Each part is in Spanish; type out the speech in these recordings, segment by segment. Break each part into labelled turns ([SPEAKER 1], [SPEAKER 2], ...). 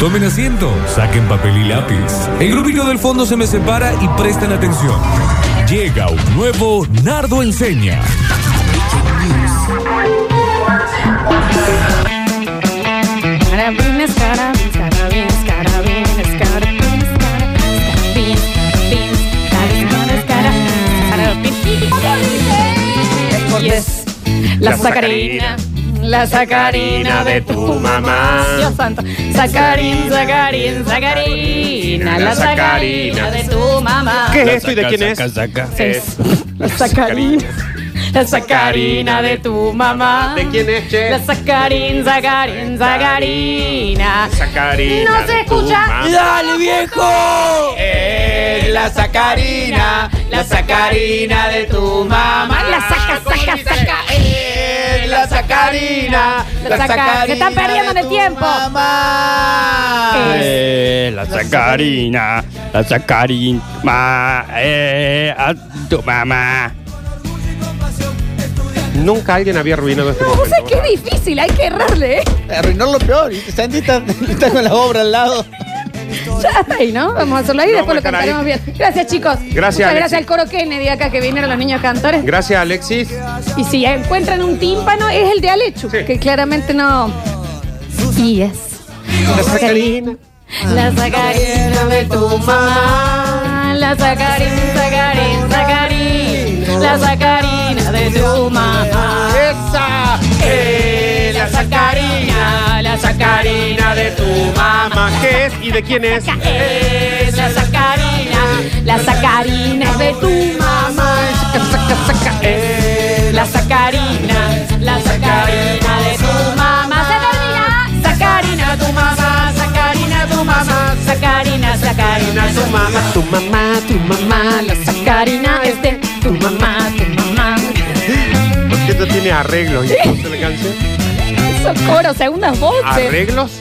[SPEAKER 1] Tomen asiento, saquen papel y lápiz. El grupito del fondo se me separa y prestan atención. Llega un nuevo Nardo Enseña.
[SPEAKER 2] Carabines, carabines, carabines, carabines, carabines, carabines, carabines, carabines, carabines, carabines. Yes. La
[SPEAKER 3] La
[SPEAKER 2] sacarina, la sacarina de tu mamá. Dios santo. Sacarín, sacarín, sacarina, la sacarina de tu mamá.
[SPEAKER 3] ¿Qué es
[SPEAKER 4] La
[SPEAKER 3] esto y de
[SPEAKER 4] saca,
[SPEAKER 3] quién es?
[SPEAKER 4] saca, saca.
[SPEAKER 3] Es-
[SPEAKER 2] La sacarina. La sacarina de tu mamá.
[SPEAKER 3] ¿De quién es, che?
[SPEAKER 2] La sacarín, sacarín, sacarina.
[SPEAKER 3] sacarina.
[SPEAKER 2] No se
[SPEAKER 3] de tu
[SPEAKER 2] escucha.
[SPEAKER 3] mamá.
[SPEAKER 4] ¡Dale, viejo! Eh,
[SPEAKER 3] Es la sacarina, la sacarina de tu mamá.
[SPEAKER 2] La saca,
[SPEAKER 3] Ah, ¿Cómo
[SPEAKER 2] saca,
[SPEAKER 3] dice?
[SPEAKER 2] saca.
[SPEAKER 3] Es la sacarina,
[SPEAKER 2] La
[SPEAKER 3] la
[SPEAKER 2] saca-
[SPEAKER 3] sacarina.
[SPEAKER 2] se están perdiendo en el
[SPEAKER 3] de tu
[SPEAKER 2] tiempo.
[SPEAKER 3] mamá.
[SPEAKER 2] Es-
[SPEAKER 4] Eh, la sacarina, la sacarina, ma, eh, a tu mamá.
[SPEAKER 3] Nunca alguien había arruinado este momento.
[SPEAKER 2] Cosa que es difícil, hay que errarle, ¿eh?
[SPEAKER 5] Arruinó lo peor. Y Santi está, está con la obra al lado.
[SPEAKER 2] Ya está ahí, ¿no? Vamos a hacerlo ahí y
[SPEAKER 3] No,
[SPEAKER 2] después lo
[SPEAKER 3] vamos a estar
[SPEAKER 2] cantaremos bien. Gracias, chicos.
[SPEAKER 3] Gracias,
[SPEAKER 2] Muchas
[SPEAKER 3] Alexis.
[SPEAKER 2] gracias al coro Kennedy acá que vinieron los niños cantores.
[SPEAKER 3] Gracias, Alexis.
[SPEAKER 2] Y si encuentran un tímpano, es el de Alechu,
[SPEAKER 3] Sí.
[SPEAKER 2] que claramente no. Y es. Ah.
[SPEAKER 3] La sacarina.
[SPEAKER 2] La sacarina de tu mamá. La sacarina, sacarina, sacarina. La sacarina de tu mamá.
[SPEAKER 3] Esa es Eh, la sacarina, la sacarina de tu mamá. ¿Qué es y de quién es?
[SPEAKER 2] Es la sacarina, la sacarina de tu mamá. Saca, saca, saca. Es la sacarina, la sacarina de tu mamá. Se termina. Sacarina tu mamá, sacarina tu mamá, sacarina, sacarina tu mamá.
[SPEAKER 3] Tu mamá, tu
[SPEAKER 2] Mamá, la sacarina es de tu mamá, tu mamá.
[SPEAKER 3] ¿Por qué no tiene arreglos y entonces la canción?
[SPEAKER 2] Socorro, segundas voces.
[SPEAKER 3] Arreglos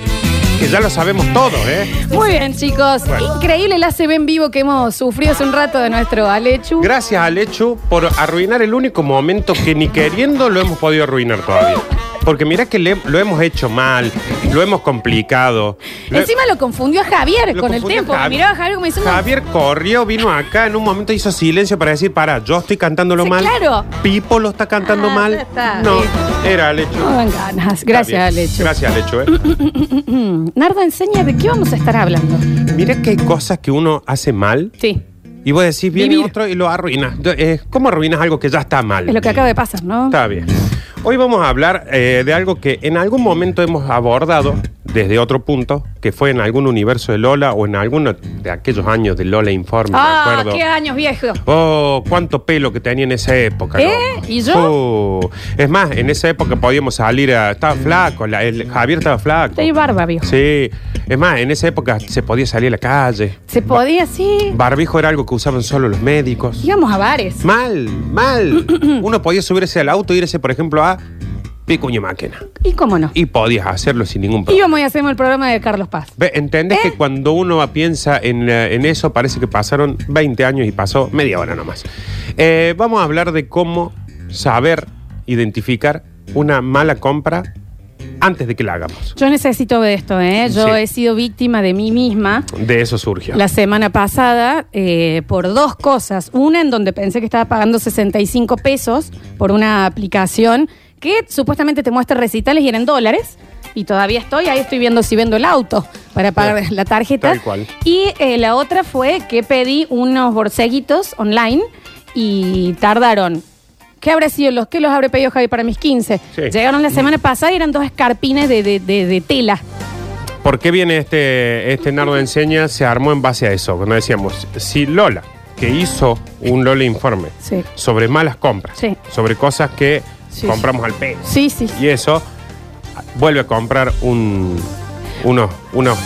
[SPEAKER 3] que ya lo sabemos todos, ¿eh?
[SPEAKER 2] Muy bien, chicos.
[SPEAKER 3] Bueno.
[SPEAKER 2] Increíble el ACB en vivo que hemos sufrido hace un rato de nuestro Alechu.
[SPEAKER 3] Gracias al hecho por arruinar el único momento que ni queriendo lo hemos podido arruinar todavía. Porque mirá que le- lo hemos hecho mal, lo hemos complicado. lo-
[SPEAKER 2] Encima lo confundió a Javier
[SPEAKER 3] lo
[SPEAKER 2] con el
[SPEAKER 3] confundió
[SPEAKER 2] tiempo.
[SPEAKER 3] Javi-
[SPEAKER 2] Me miraba a Javier como diciendo.
[SPEAKER 3] Javier corrió, vino acá, en un momento hizo silencio para decir, para, yo estoy cantándolo
[SPEAKER 2] Sí,
[SPEAKER 3] mal.
[SPEAKER 2] claro.
[SPEAKER 3] Pipo lo está cantando
[SPEAKER 2] Ah,
[SPEAKER 3] mal.
[SPEAKER 2] ya está,
[SPEAKER 3] No,
[SPEAKER 2] listo.
[SPEAKER 3] era al hecho.
[SPEAKER 2] No dan ganas. Gracias, Alechu.
[SPEAKER 3] Gracias al hecho, ¿eh?
[SPEAKER 2] Mm, Nardo, enseña de qué vamos a estar hablando.
[SPEAKER 3] Mirá que hay cosas que uno hace mal
[SPEAKER 2] Sí,
[SPEAKER 3] y vos decís, viene
[SPEAKER 2] Vivir.
[SPEAKER 3] otro y lo arruinas. Eh, ¿Cómo arruinas algo que ya está mal?
[SPEAKER 2] es lo que acaba de pasar, ¿no?
[SPEAKER 3] Está bien. Hoy vamos a hablar eh, de algo que en algún momento hemos abordado desde otro punto, que fue en algún universo de Lola o en alguno de aquellos años de Lola Informe, me
[SPEAKER 2] Ah,
[SPEAKER 3] acuerdo.
[SPEAKER 2] qué años viejo.
[SPEAKER 3] Oh, cuánto pelo que tenía en esa época.
[SPEAKER 2] ¿Eh?
[SPEAKER 3] loco.
[SPEAKER 2] ¿Y yo?
[SPEAKER 3] Oh. Es más, en esa época podíamos salir a. Estaba flaco, la- el, Javier estaba flaco.
[SPEAKER 2] Tenía barba, viejo.
[SPEAKER 3] Sí. Es más, en esa época se podía salir a la calle.
[SPEAKER 2] Se podía así.
[SPEAKER 3] Barbijo era algo que usaban solo los médicos.
[SPEAKER 2] Íbamos a bares.
[SPEAKER 3] Mal, mal. Uno podía subirse al auto e irse, por ejemplo, a Picuña Maquena.
[SPEAKER 2] ¿Y cómo no?
[SPEAKER 3] Y podías hacerlo sin ningún problema.
[SPEAKER 2] Íbamos y hacemos el programa de Carlos Paz.
[SPEAKER 3] Ve, ¿Entendés
[SPEAKER 2] ¿Eh?
[SPEAKER 3] que cuando uno piensa en, eh, en eso parece que pasaron 20 años y pasó media hora nomás? Eh, vamos a hablar de cómo saber identificar una mala compra antes de que la hagamos.
[SPEAKER 2] Yo necesito de esto, ¿eh? Yo
[SPEAKER 3] Sí.
[SPEAKER 2] he sido víctima de mí misma.
[SPEAKER 3] De eso surgió.
[SPEAKER 2] La semana pasada, eh, por dos cosas. Una en donde pensé que estaba pagando 65 pesos por una aplicación que supuestamente te muestra recitales y eran dólares. Y todavía estoy, ahí estoy viendo si vendo el auto para pagar
[SPEAKER 3] Sí,
[SPEAKER 2] la tarjeta.
[SPEAKER 3] tal cual.
[SPEAKER 2] Y eh, la otra fue que pedí unos borseguitos online y tardaron. ¿Qué habrá sido los que los habré pedido Javi para mis 15?
[SPEAKER 3] Sí.
[SPEAKER 2] Llegaron la semana pasada y eran dos escarpines de, de- de- de tela.
[SPEAKER 3] ¿Por qué viene este, este Nardo de Enseña? Se armó en base a eso. Cuando decíamos, si Lola, que hizo un Lola informe
[SPEAKER 2] Sí.
[SPEAKER 3] sobre malas compras,
[SPEAKER 2] Sí.
[SPEAKER 3] sobre cosas que
[SPEAKER 2] Sí,
[SPEAKER 3] compramos al peso,
[SPEAKER 2] Sí, sí.
[SPEAKER 3] y eso ah, vuelve a comprar un, unos, unos-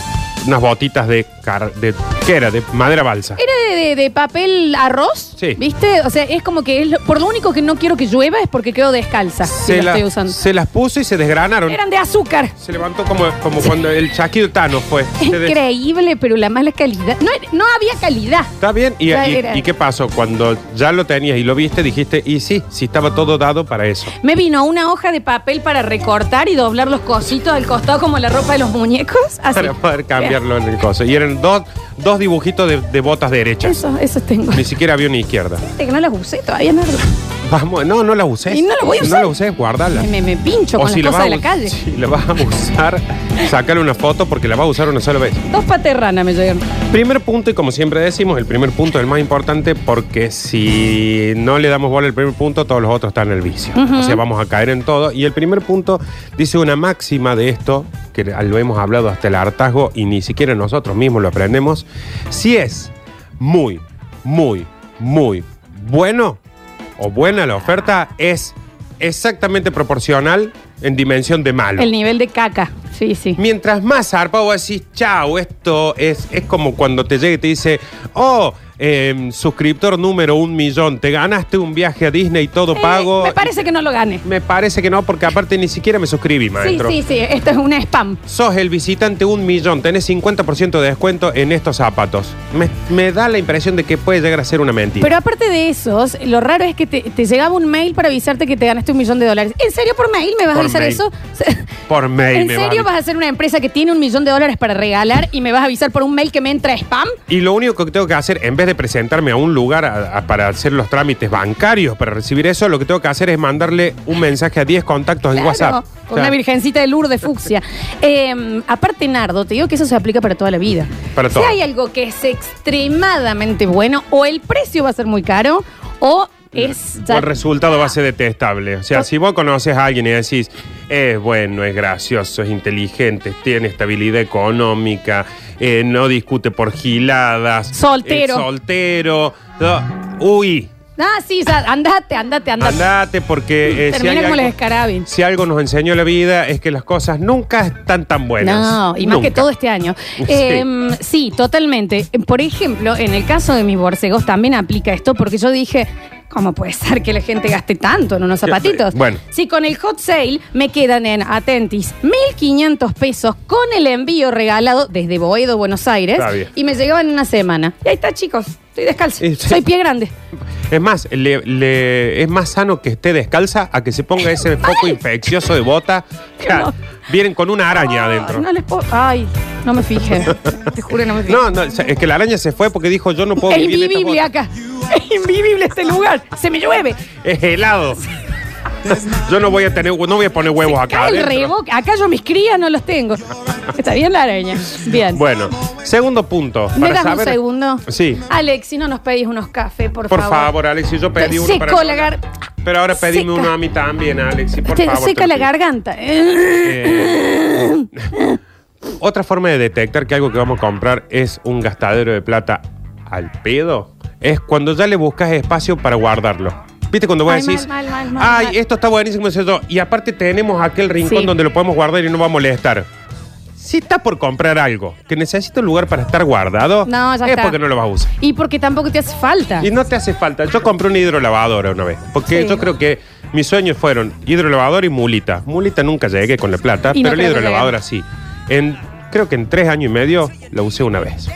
[SPEAKER 3] unas botitas de car- de- ¿Qué era? De madera balsa.
[SPEAKER 2] Era de, de- de papel arroz,
[SPEAKER 3] Sí.
[SPEAKER 2] ¿viste? O sea, es como que es lo- por lo único que no quiero que llueva es porque quedo descalza. si
[SPEAKER 3] Se,
[SPEAKER 2] la
[SPEAKER 3] la-
[SPEAKER 2] estoy usando.
[SPEAKER 3] se las puso y se desgranaron.
[SPEAKER 2] Eran de azúcar.
[SPEAKER 3] Se levantó como, como cuando el chasquido Thanos fue. Se des-
[SPEAKER 2] Increíble, pero la mala calidad. No, era- no había calidad.
[SPEAKER 3] Está bien. ¿Y,
[SPEAKER 2] Ya
[SPEAKER 3] y-
[SPEAKER 2] era.
[SPEAKER 3] y qué pasó? Cuando ya lo tenías y lo viste, dijiste, y sí, sí estaba todo dado para eso.
[SPEAKER 2] Me vino una hoja de papel para recortar y doblar los cositos del costado como la ropa de los muñecos. Así.
[SPEAKER 3] Para poder cambiarlo en el coso. Y eran dos, dos dibujitos de, de botas derechas.
[SPEAKER 2] Eso, eso tengo.
[SPEAKER 3] Ni siquiera había una izquierda.
[SPEAKER 2] Que no las usé todavía, Nardo.
[SPEAKER 3] Vamos, no, no las uses.
[SPEAKER 2] Y no las voy a
[SPEAKER 3] No
[SPEAKER 2] usar.
[SPEAKER 3] las uses, guardala.
[SPEAKER 2] Me, me pincho con las cosas
[SPEAKER 3] la
[SPEAKER 2] de
[SPEAKER 3] vas a
[SPEAKER 2] la calle.
[SPEAKER 3] us- Si la vas a usar, sacarle una foto porque la vas a usar una sola vez.
[SPEAKER 2] Dos paterranas me llegaron.
[SPEAKER 3] Primer punto, y como siempre decimos, el primer punto es el más importante porque si no le damos bola al primer punto, todos los otros están en el vicio. O sea, vamos a caer en todo. Y el primer punto dice una máxima de esto, que lo hemos hablado hasta el hartazgo y ni siquiera nosotros mismos lo aprendemos. Si es muy, muy, muy bueno o buena la oferta, es exactamente proporcional en dimensión de malo.
[SPEAKER 2] El nivel de caca. Sí, sí.
[SPEAKER 3] Mientras más zarpa, vos decís, chau, esto es, es como cuando te llega y te dice, oh, em, suscriptor número un millón, te ganaste un viaje a Disney todo
[SPEAKER 2] Eh,
[SPEAKER 3] pago.
[SPEAKER 2] me parece que no lo gane.
[SPEAKER 3] Me parece que no, porque aparte ni siquiera me suscribí, maestro.
[SPEAKER 2] Sí, sí, sí. Esto es una spam.
[SPEAKER 3] Sos el visitante un millón, tenés 50% de descuento en estos zapatos. Me, me da la impresión de que puede llegar a ser una mentira.
[SPEAKER 2] Pero aparte de esos, lo raro es que te, te llegaba un mail para avisarte que te ganaste un millón de dólares. ¿En serio por mail me vas a
[SPEAKER 3] Por
[SPEAKER 2] avisar
[SPEAKER 3] mail.
[SPEAKER 2] eso?
[SPEAKER 3] Por mail
[SPEAKER 2] ¿En
[SPEAKER 3] me
[SPEAKER 2] serio
[SPEAKER 3] va a-
[SPEAKER 2] vas a ser una empresa que tiene un millón de dólares para regalar y me vas a avisar por un mail que me entra spam?
[SPEAKER 3] Y lo único que tengo que hacer, en vez de presentarme a un lugar a- a- para hacer los trámites bancarios, para recibir eso, lo que tengo que hacer es mandarle un mensaje a 10 contactos en
[SPEAKER 2] Claro,
[SPEAKER 3] WhatsApp.
[SPEAKER 2] Con
[SPEAKER 3] O sea,
[SPEAKER 2] una virgencita de Lourdes fucsia. Eh, aparte, Nardo, te digo que eso se aplica para toda la vida.
[SPEAKER 3] Para todo.
[SPEAKER 2] Si hay algo que es extremadamente bueno, o el precio va a ser muy caro, o es.
[SPEAKER 3] o el resultado va a ser detestable. O sea, si vos conoces a alguien y decís, es bueno, es gracioso, es inteligente, tiene estabilidad económica, eh, no discute por giladas.
[SPEAKER 2] Soltero.
[SPEAKER 3] es soltero. no, uy,
[SPEAKER 2] Ah, sí, o sea, andate, andate, andate.
[SPEAKER 3] andate porque eh, si, hay
[SPEAKER 2] Termina como
[SPEAKER 3] algo,
[SPEAKER 2] los escarabins.
[SPEAKER 3] si algo nos enseñó la vida es que las cosas nunca están tan buenas.
[SPEAKER 2] No, y más que
[SPEAKER 3] Nunca.
[SPEAKER 2] todo este año.
[SPEAKER 3] Sí.
[SPEAKER 2] Em, sí, totalmente. Por ejemplo, en el caso de mis borcegos también aplica esto porque yo dije, ¿cómo puede ser que la gente gaste tanto en unos zapatitos?
[SPEAKER 3] Bueno.
[SPEAKER 2] Si con el hot sale me quedan en Atentis 1.500 pesos con el envío regalado desde Boedo, Buenos Aires,
[SPEAKER 3] Está bien.
[SPEAKER 2] y me llegaban en una semana. Y ahí está, chicos. Estoy descalzo.
[SPEAKER 3] Sí, sí.
[SPEAKER 2] Soy pie grande.
[SPEAKER 3] Es más, le- le- es más sano que esté descalza a que se ponga ese foco infeccioso de bota. Ya,
[SPEAKER 2] No.
[SPEAKER 3] Vienen con una araña
[SPEAKER 2] Ay,
[SPEAKER 3] adentro.
[SPEAKER 2] Ah, No les puedo. Ay, no me fijé. Te juro, no me fijé.
[SPEAKER 3] No, no, es que la araña se fue porque dijo yo no puedo
[SPEAKER 2] Es
[SPEAKER 3] vivir de estas
[SPEAKER 2] invivible
[SPEAKER 3] botas".
[SPEAKER 2] acá. Es invivible este lugar. Se me llueve.
[SPEAKER 3] Es helado. yo no voy a tener, no voy a poner huevos acá.
[SPEAKER 2] Cae el
[SPEAKER 3] adentro.
[SPEAKER 2] reboque. Acá yo mis crías no los tengo. Está bien la araña. Bien.
[SPEAKER 3] Bueno, segundo punto.
[SPEAKER 2] ¿Me
[SPEAKER 3] para
[SPEAKER 2] das
[SPEAKER 3] saber-
[SPEAKER 2] un segundo?
[SPEAKER 3] Sí.
[SPEAKER 2] Alex, si no nos pedís unos cafés, por,
[SPEAKER 3] Por
[SPEAKER 2] favor.
[SPEAKER 3] favor, Alex, y yo pedí
[SPEAKER 2] Te
[SPEAKER 3] uno
[SPEAKER 2] seco
[SPEAKER 3] para.
[SPEAKER 2] la gar-
[SPEAKER 3] Pero ahora pedime
[SPEAKER 2] seca.
[SPEAKER 3] uno a mí también, Alex. y por
[SPEAKER 2] Te
[SPEAKER 3] favor,
[SPEAKER 2] seca
[SPEAKER 3] te
[SPEAKER 2] la
[SPEAKER 3] pido.
[SPEAKER 2] garganta.
[SPEAKER 3] Eh, Otra forma de detectar que algo que vamos a comprar es un gastadero de plata al pedo es cuando ya le buscas espacio para guardarlo. ¿Viste cuando vos
[SPEAKER 2] Ay,
[SPEAKER 3] decís,
[SPEAKER 2] mal, mal, mal, mal,
[SPEAKER 3] ay,
[SPEAKER 2] mal".
[SPEAKER 3] esto está buenísimo, sé yo, y aparte tenemos aquel rincón
[SPEAKER 2] Sí.
[SPEAKER 3] donde lo podemos guardar y no va a molestar? Si está por comprar algo que necesita un lugar para estar guardado,
[SPEAKER 2] No, ya
[SPEAKER 3] es
[SPEAKER 2] está.
[SPEAKER 3] porque no lo vas a usar.
[SPEAKER 2] Y porque tampoco te hace falta.
[SPEAKER 3] Y no te hace falta. Yo compré una hidrolavadora una vez. Porque
[SPEAKER 2] Sí.
[SPEAKER 3] yo creo que mis sueños fueron hidrolavadora y mulita. Mulita nunca llegué con la plata,
[SPEAKER 2] Y no
[SPEAKER 3] pero la
[SPEAKER 2] creo que
[SPEAKER 3] hidrolavadora sí. En, creo que en tres años y medio la usé una vez.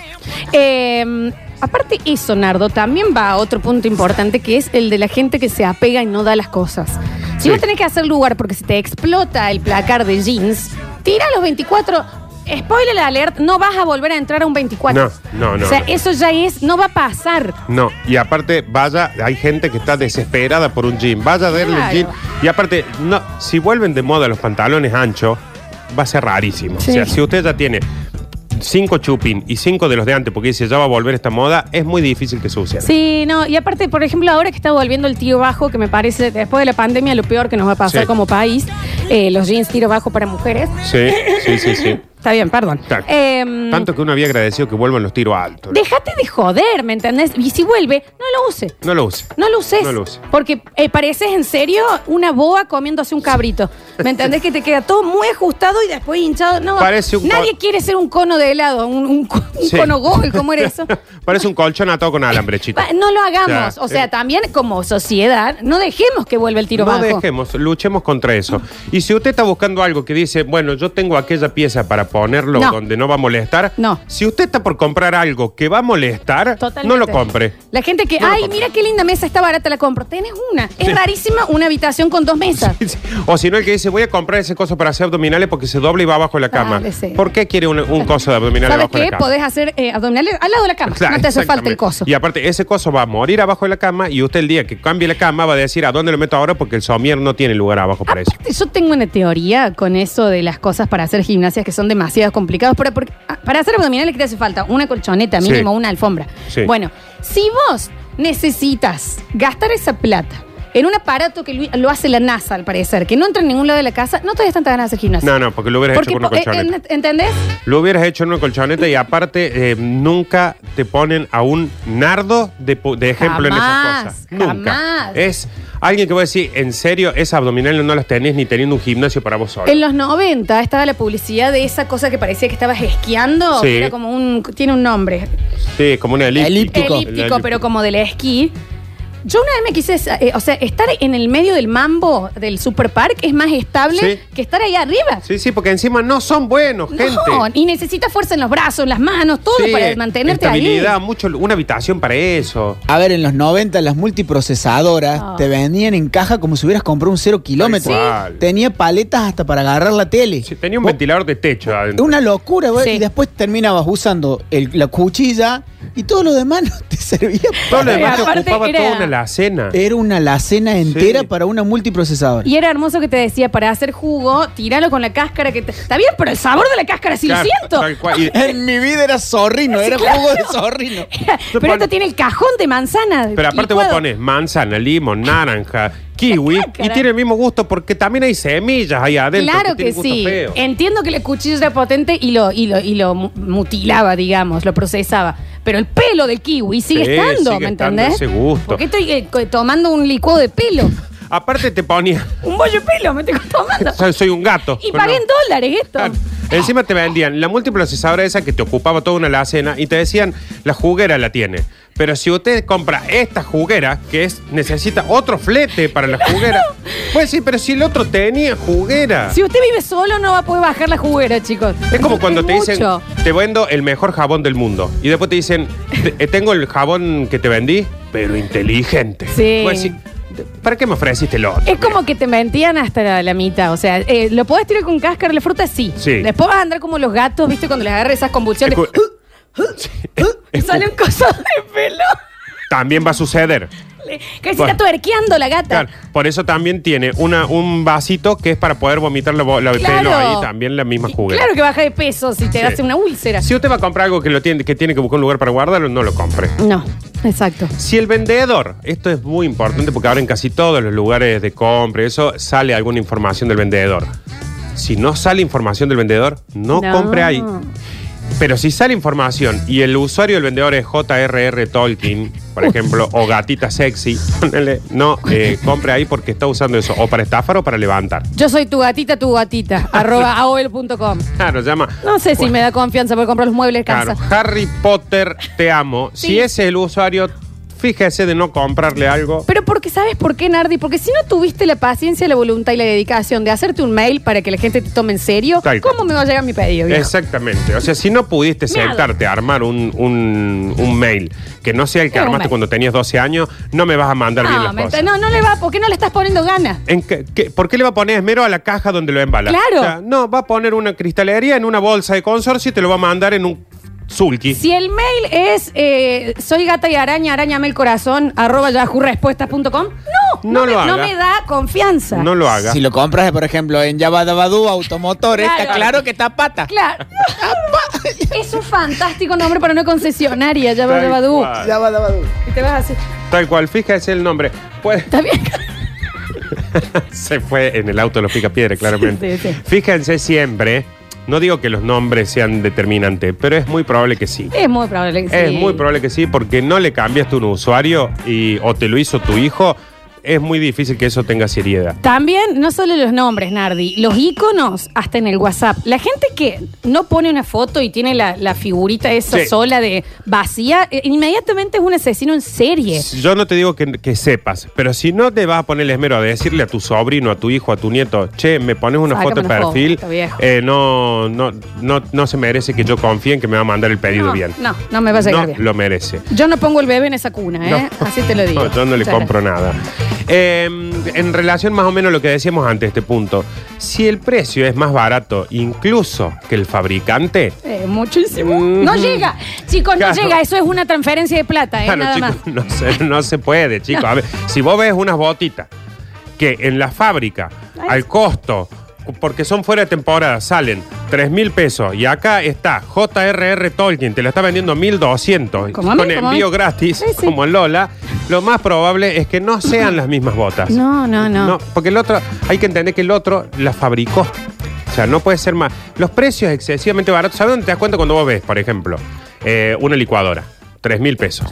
[SPEAKER 2] Eh, aparte eso, Nardo, también va a otro punto importante que es el de la gente que se apega y no da las cosas. Si
[SPEAKER 3] Sí.
[SPEAKER 2] vos tenés que hacer lugar porque se te explota el placar de jeans, tira los 24. Spoiler alert, no vas a volver a entrar a un 24.
[SPEAKER 3] No, no, no,
[SPEAKER 2] O sea,
[SPEAKER 3] no.
[SPEAKER 2] eso ya es, no va a pasar.
[SPEAKER 3] No, y aparte, vaya, hay gente que está desesperada por un jean. Vaya a darle un
[SPEAKER 2] Claro.
[SPEAKER 3] jean. Y aparte, no, si vuelven de moda los pantalones anchos, va a ser rarísimo.
[SPEAKER 2] Sí.
[SPEAKER 3] O sea, si usted ya tiene cinco chupin y cinco de los de antes porque dice ya va a volver esta moda, es muy difícil que suceda.
[SPEAKER 2] Sí, no, y aparte, por ejemplo, ahora que está volviendo el tiro bajo, que me parece, después de la pandemia, lo peor que nos va a pasar
[SPEAKER 3] Sí.
[SPEAKER 2] como país, eh, los jeans tiro bajo para mujeres.
[SPEAKER 3] Sí, sí, sí, sí.
[SPEAKER 2] está bien, perdón.
[SPEAKER 3] Claro.
[SPEAKER 2] Em,
[SPEAKER 3] Tanto que uno había agradecido que vuelvan los tiros altos.
[SPEAKER 2] Déjate de joder, ¿me entendés? Y si vuelve, no lo uses.
[SPEAKER 3] No lo use.
[SPEAKER 2] No lo uses.
[SPEAKER 3] No lo use.
[SPEAKER 2] Porque eh, pareces en serio una boa comiéndose un cabrito. ¿Me entendés? que te queda todo muy ajustado y después hinchado. No,
[SPEAKER 3] Parece un
[SPEAKER 2] nadie
[SPEAKER 3] co-
[SPEAKER 2] quiere ser un cono de helado, un, un co- un
[SPEAKER 3] Sí.
[SPEAKER 2] cono gol, ¿cómo era eso?
[SPEAKER 3] Parece un colchón atado con alambre, chicos.
[SPEAKER 2] Va, No lo hagamos.
[SPEAKER 3] Ya,
[SPEAKER 2] o sea,
[SPEAKER 3] eh.
[SPEAKER 2] también como sociedad, no dejemos que vuelva el tiro
[SPEAKER 3] no
[SPEAKER 2] bajo.
[SPEAKER 3] dejemos, luchemos contra eso. Y si usted está buscando algo que dice, bueno, yo tengo aquella pieza para ponerlo
[SPEAKER 2] No.
[SPEAKER 3] donde no va a molestar,
[SPEAKER 2] No.
[SPEAKER 3] si usted está por comprar algo que va a molestar,
[SPEAKER 2] Totalmente.
[SPEAKER 3] no lo compre.
[SPEAKER 2] La gente que,
[SPEAKER 3] No lo
[SPEAKER 2] ay,
[SPEAKER 3] compre.
[SPEAKER 2] mira qué linda mesa, está barata, la compro. Tenés una. Es rarísima una habitación con dos mesas.
[SPEAKER 3] O si no, el que dice, voy a comprar ese coso para hacer abdominales porque se dobla y va abajo de la cama.
[SPEAKER 2] Dale, sí.
[SPEAKER 3] ¿Por qué quiere un, un coso de abdominales
[SPEAKER 2] ¿Sabes
[SPEAKER 3] abajo de
[SPEAKER 2] qué?
[SPEAKER 3] la cama?
[SPEAKER 2] Podés hacer eh, abdominales al lado de la cama.
[SPEAKER 3] Claro,
[SPEAKER 2] no te hace falta
[SPEAKER 3] exactamente.
[SPEAKER 2] el coso.
[SPEAKER 3] Y aparte, ese coso va a morir abajo de la cama y usted el día que cambie la cama va a decir a dónde lo meto ahora porque el somier no tiene lugar abajo para eso.
[SPEAKER 2] Yo tengo una teoría con eso de las cosas para hacer gimnasias que son demasiado complicadas. Pero porque- ah, para hacer abdominales, ¿qué te hace falta? Una colchoneta,
[SPEAKER 3] Sí.
[SPEAKER 2] mínimo una alfombra.
[SPEAKER 3] Sí.
[SPEAKER 2] Bueno, si vos necesitas gastar esa plata en un aparato que lo- lo hace la NASA, al parecer, que no entra en ningún lado de la casa, no te des tanta ganas de hacer gimnasia.
[SPEAKER 3] No, no, porque lo hubieras
[SPEAKER 2] Ah, Porque,
[SPEAKER 3] hecho con una
[SPEAKER 2] po- eh,
[SPEAKER 3] colchoneta.
[SPEAKER 2] en- ¿Entendés?
[SPEAKER 3] Lo hubieras hecho en una colchoneta y aparte eh, nunca te ponen a un nardo de, pu- de ejemplo
[SPEAKER 2] Jamás,
[SPEAKER 3] en esas cosas. Nunca.
[SPEAKER 2] jamás.
[SPEAKER 3] Es alguien que va a decir, en serio, esas abdominales no las tenés ni teniendo un gimnasio para vos solo.
[SPEAKER 2] En los 90 estaba la publicidad de esa cosa que parecía que estabas esquiando.
[SPEAKER 3] Sí.
[SPEAKER 2] Era como un. Tiene un nombre.
[SPEAKER 3] Sí, como una elíptica.
[SPEAKER 5] Elíptico.
[SPEAKER 2] elíptico, pero como del esquí. Yo una vez me quise, eh, o sea, estar en el medio del mambo del superpark es más estable
[SPEAKER 3] Sí.
[SPEAKER 2] que estar ahí arriba.
[SPEAKER 3] Sí, sí, porque encima no son buenos, gente.
[SPEAKER 2] No, y necesitas fuerza en los brazos, en las manos, todo
[SPEAKER 3] Sí,
[SPEAKER 2] para mantenerte ahí.
[SPEAKER 3] estabilidad, mucho, una habitación para eso.
[SPEAKER 5] A ver, en los 90 las multiprocesadoras
[SPEAKER 2] Ah.
[SPEAKER 5] te vendían en caja como si hubieras comprado un cero kilómetro.
[SPEAKER 3] Tal cual.
[SPEAKER 5] Tenía paletas hasta para agarrar la tele.
[SPEAKER 3] Sí, tenía un
[SPEAKER 5] Vos-
[SPEAKER 3] ventilador de techo adentro.
[SPEAKER 5] Una locura, güey.
[SPEAKER 2] Sí.
[SPEAKER 5] Y después terminabas usando el- la cuchilla y todo lo demás no te servía
[SPEAKER 3] Todo lo
[SPEAKER 5] para...
[SPEAKER 3] demás te
[SPEAKER 2] Aparte
[SPEAKER 3] ocupaba
[SPEAKER 2] era-
[SPEAKER 3] toda una alacena.
[SPEAKER 5] Era una alacena entera
[SPEAKER 3] Sí.
[SPEAKER 5] para una multiprocesadora.
[SPEAKER 2] Y era hermoso que te decía, para hacer jugo, tiralo con la cáscara que te- Está bien, pero el sabor de la cáscara sí
[SPEAKER 3] Claro,
[SPEAKER 2] lo
[SPEAKER 3] tal
[SPEAKER 2] siento.
[SPEAKER 3] cual. Y-
[SPEAKER 5] En mi vida era zorrino, era jugo de zorrino.
[SPEAKER 2] pero
[SPEAKER 3] pon-
[SPEAKER 2] esto tiene el cajón de manzana.
[SPEAKER 3] Pero aparte vos
[SPEAKER 2] licuado.
[SPEAKER 3] pones manzana, limón, naranja, kiwi
[SPEAKER 2] cáscara.
[SPEAKER 3] y tiene el mismo gusto porque también hay semillas ahí adentro.
[SPEAKER 2] Claro que,
[SPEAKER 3] tienen gusto
[SPEAKER 2] sí.
[SPEAKER 3] feo.
[SPEAKER 2] Entiendo que la cuchilla era potente y lo, y lo, y lo mu- mutilaba, digamos, lo procesaba. Pero el pelo del kiwi sigue
[SPEAKER 3] Sí,
[SPEAKER 2] estando,
[SPEAKER 3] sigue
[SPEAKER 2] ¿me
[SPEAKER 3] estando
[SPEAKER 2] entendés?
[SPEAKER 3] ese gusto.
[SPEAKER 2] Porque estoy eh, co- tomando un licuado de pelo.
[SPEAKER 3] Aparte te ponía,
[SPEAKER 2] un bollo de pelo me estoy tomando.
[SPEAKER 3] soy, soy un gato.
[SPEAKER 2] y
[SPEAKER 3] Bueno, Ah,
[SPEAKER 2] pagué en dólares esto.
[SPEAKER 3] claro. Encima te vendían la multiprocesadora esa que te ocupaba toda una alacena y te decían, la juguera la tiene. Pero si usted compra esta juguera, que es necesita otro flete para la juguera, pues sí, pero si el otro tenía juguera.
[SPEAKER 2] Si usted vive solo, no va a poder bajar la juguera, chicos.
[SPEAKER 3] ah. Es como cuando te dicen,
[SPEAKER 2] mucho.
[SPEAKER 3] te vendo el mejor jabón del mundo. Y después te dicen, "Te- eh, tengo el jabón que te vendí, pero inteligente.
[SPEAKER 2] Sí.
[SPEAKER 3] Vos decís, ¿Para qué me ofreciste el otro?
[SPEAKER 2] Es como que te mentían hasta la, la mitad. O sea, eh, lo podés tirar con cáscara, la fruta sí.
[SPEAKER 3] Sí.
[SPEAKER 2] Después vas a andar como los gatos, ¿viste? Cuando les agarra esas convulsiones.
[SPEAKER 3] Escu-
[SPEAKER 2] Y salen cosas de pelo.
[SPEAKER 3] También va a suceder.
[SPEAKER 2] Que se
[SPEAKER 3] Bueno.
[SPEAKER 2] está tuerqueando la gata.
[SPEAKER 3] Claro, por eso también tiene una, un vasito que es para poder vomitar la, bo- la el
[SPEAKER 2] Claro.
[SPEAKER 3] pelo ahí, también la misma
[SPEAKER 2] Y
[SPEAKER 3] juguera.
[SPEAKER 2] Claro que baja de peso si te
[SPEAKER 3] Sí.
[SPEAKER 2] hace una úlcera.
[SPEAKER 3] Si usted va a comprar algo que, lo tiene, que tiene que buscar un lugar para guardarlo, no lo compre.
[SPEAKER 2] No, exacto.
[SPEAKER 3] Si el vendedor, esto es muy importante porque ahora en casi todos los lugares de compra, y eso sale alguna información del vendedor. Si no sale información del vendedor, no,
[SPEAKER 2] No.
[SPEAKER 3] compre ahí. Pero si sale información y el usuario del vendedor es JRR Tolkien, por ejemplo, o gatita sexy, ponele, no eh, compre ahí porque está usando eso, o para estafar o para levantar.
[SPEAKER 2] Yo soy tu gatita, tu gatita, arroba aol.com.
[SPEAKER 3] Claro, llama.
[SPEAKER 2] No sé si me da confianza por comprar los muebles de
[SPEAKER 3] Claro,
[SPEAKER 2] casa.
[SPEAKER 3] Harry Potter, te amo.
[SPEAKER 2] Sí.
[SPEAKER 3] Si ese es el usuario, fíjese de no comprarle algo.
[SPEAKER 2] Pero porque, ¿sabes por qué, Nardi? Porque si no tuviste la paciencia, la voluntad y la dedicación de hacerte un mail para que la gente te tome en serio,
[SPEAKER 3] Tal cual.
[SPEAKER 2] ¿cómo me va a llegar mi pedido? viejo?
[SPEAKER 3] Exactamente. O sea, si no pudiste
[SPEAKER 2] Meado.
[SPEAKER 3] sentarte a armar un, un- un mail que no sea el que
[SPEAKER 2] Era un
[SPEAKER 3] armaste
[SPEAKER 2] mail.
[SPEAKER 3] cuando tenías 12 años, no me vas a mandar bien
[SPEAKER 2] No,
[SPEAKER 3] las
[SPEAKER 2] Ah, me
[SPEAKER 3] cosas.
[SPEAKER 2] ent- no, no le va, porque no le estás poniendo ganas.
[SPEAKER 3] ¿En qué- qué- ¿Por qué le va a poner esmero a la caja donde lo embala?
[SPEAKER 2] Claro.
[SPEAKER 3] O sea, no, va a poner una cristalería en una bolsa de consorcio y te lo va a mandar en un sulky.
[SPEAKER 2] Si el mail es eh, soy gata y araña, arañame el corazón, arroba yahoorespuestas.com, no,
[SPEAKER 3] No
[SPEAKER 2] me,
[SPEAKER 3] lo
[SPEAKER 2] no
[SPEAKER 3] haga.
[SPEAKER 2] me da confianza.
[SPEAKER 3] No lo hagas.
[SPEAKER 5] Si lo compras, por ejemplo, en Yabadabadú Automotores, está
[SPEAKER 2] Claro.
[SPEAKER 5] claro que está pata.
[SPEAKER 2] Claro. es un fantástico nombre para una concesionaria, ya va
[SPEAKER 3] Tal
[SPEAKER 2] de Badú.
[SPEAKER 3] cual.
[SPEAKER 5] Yabadabadú.
[SPEAKER 2] Y te vas así.
[SPEAKER 3] Tal cual, fíjese el nombre. Pues
[SPEAKER 2] ¿Está bien?
[SPEAKER 3] se fue en el auto de los picapiedras, claramente.
[SPEAKER 2] Sí, sí, sí.
[SPEAKER 3] Fíjense siempre No digo que los nombres sean determinantes, pero es muy probable que sí.
[SPEAKER 2] Es muy probable que sí.
[SPEAKER 3] Es muy probable que sí, porque no le cambiaste un usuario y, o te lo hizo tu hijo. Es muy difícil que eso tenga seriedad.
[SPEAKER 2] También, no solo los nombres, Nardi, los iconos, hasta en el WhatsApp. La gente que no pone una foto y tiene la, la figurita esa
[SPEAKER 3] Sí.
[SPEAKER 2] sola de vacía, eh, inmediatamente es un asesino en serie.
[SPEAKER 3] Yo no te digo que, que sepas, pero si no te vas a poner el esmero a decirle a tu sobrino, a tu hijo, a tu nieto, che, me pones una
[SPEAKER 2] Sácame
[SPEAKER 3] foto de
[SPEAKER 2] una foto,
[SPEAKER 3] perfil,
[SPEAKER 2] viejo.
[SPEAKER 3] eh, no, no, no, no se merece que yo confíe en que me va a mandar el pedido
[SPEAKER 2] No,
[SPEAKER 3] bien.
[SPEAKER 2] no, no me va a llegar bien.
[SPEAKER 3] lo merece.
[SPEAKER 2] Yo no pongo el bebé en esa cuna, ¿eh?
[SPEAKER 3] No.
[SPEAKER 2] Así te lo digo.
[SPEAKER 3] No, yo no le
[SPEAKER 2] Ya.
[SPEAKER 3] compro nada. Eh, en relación más o menos a lo que decíamos antes, este punto, si el precio es más barato incluso que el fabricante,
[SPEAKER 2] Eh, muchísimo. No llega. Chicos,
[SPEAKER 3] Mm. Claro.
[SPEAKER 2] no llega. Eso es una transferencia de plata, ¿eh?
[SPEAKER 3] Claro,
[SPEAKER 2] Nada más.
[SPEAKER 3] chicos, No, se, no se puede, chicos. A ver, si vos ves unas botitas que en la fábrica,
[SPEAKER 2] Ay.
[SPEAKER 3] al costo, porque son fuera de temporada, salen 3 mil pesos y acá está JRR Tolkien, te la está vendiendo 1200
[SPEAKER 2] Como a mí,
[SPEAKER 3] con
[SPEAKER 2] como a mí.
[SPEAKER 3] envío gratis,
[SPEAKER 2] Sí, sí.
[SPEAKER 3] como en Lola, lo más probable es que no sean las mismas botas.
[SPEAKER 2] No, no, no.
[SPEAKER 3] No, porque el otro, hay que entender que el otro la fabricó. O sea, no puede ser más. Los precios excesivamente baratos. ¿Sabes dónde te das cuenta cuando vos ves, por ejemplo, eh, una licuadora? 3.000 mil pesos,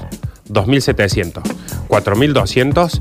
[SPEAKER 3] 2.700, 4.200,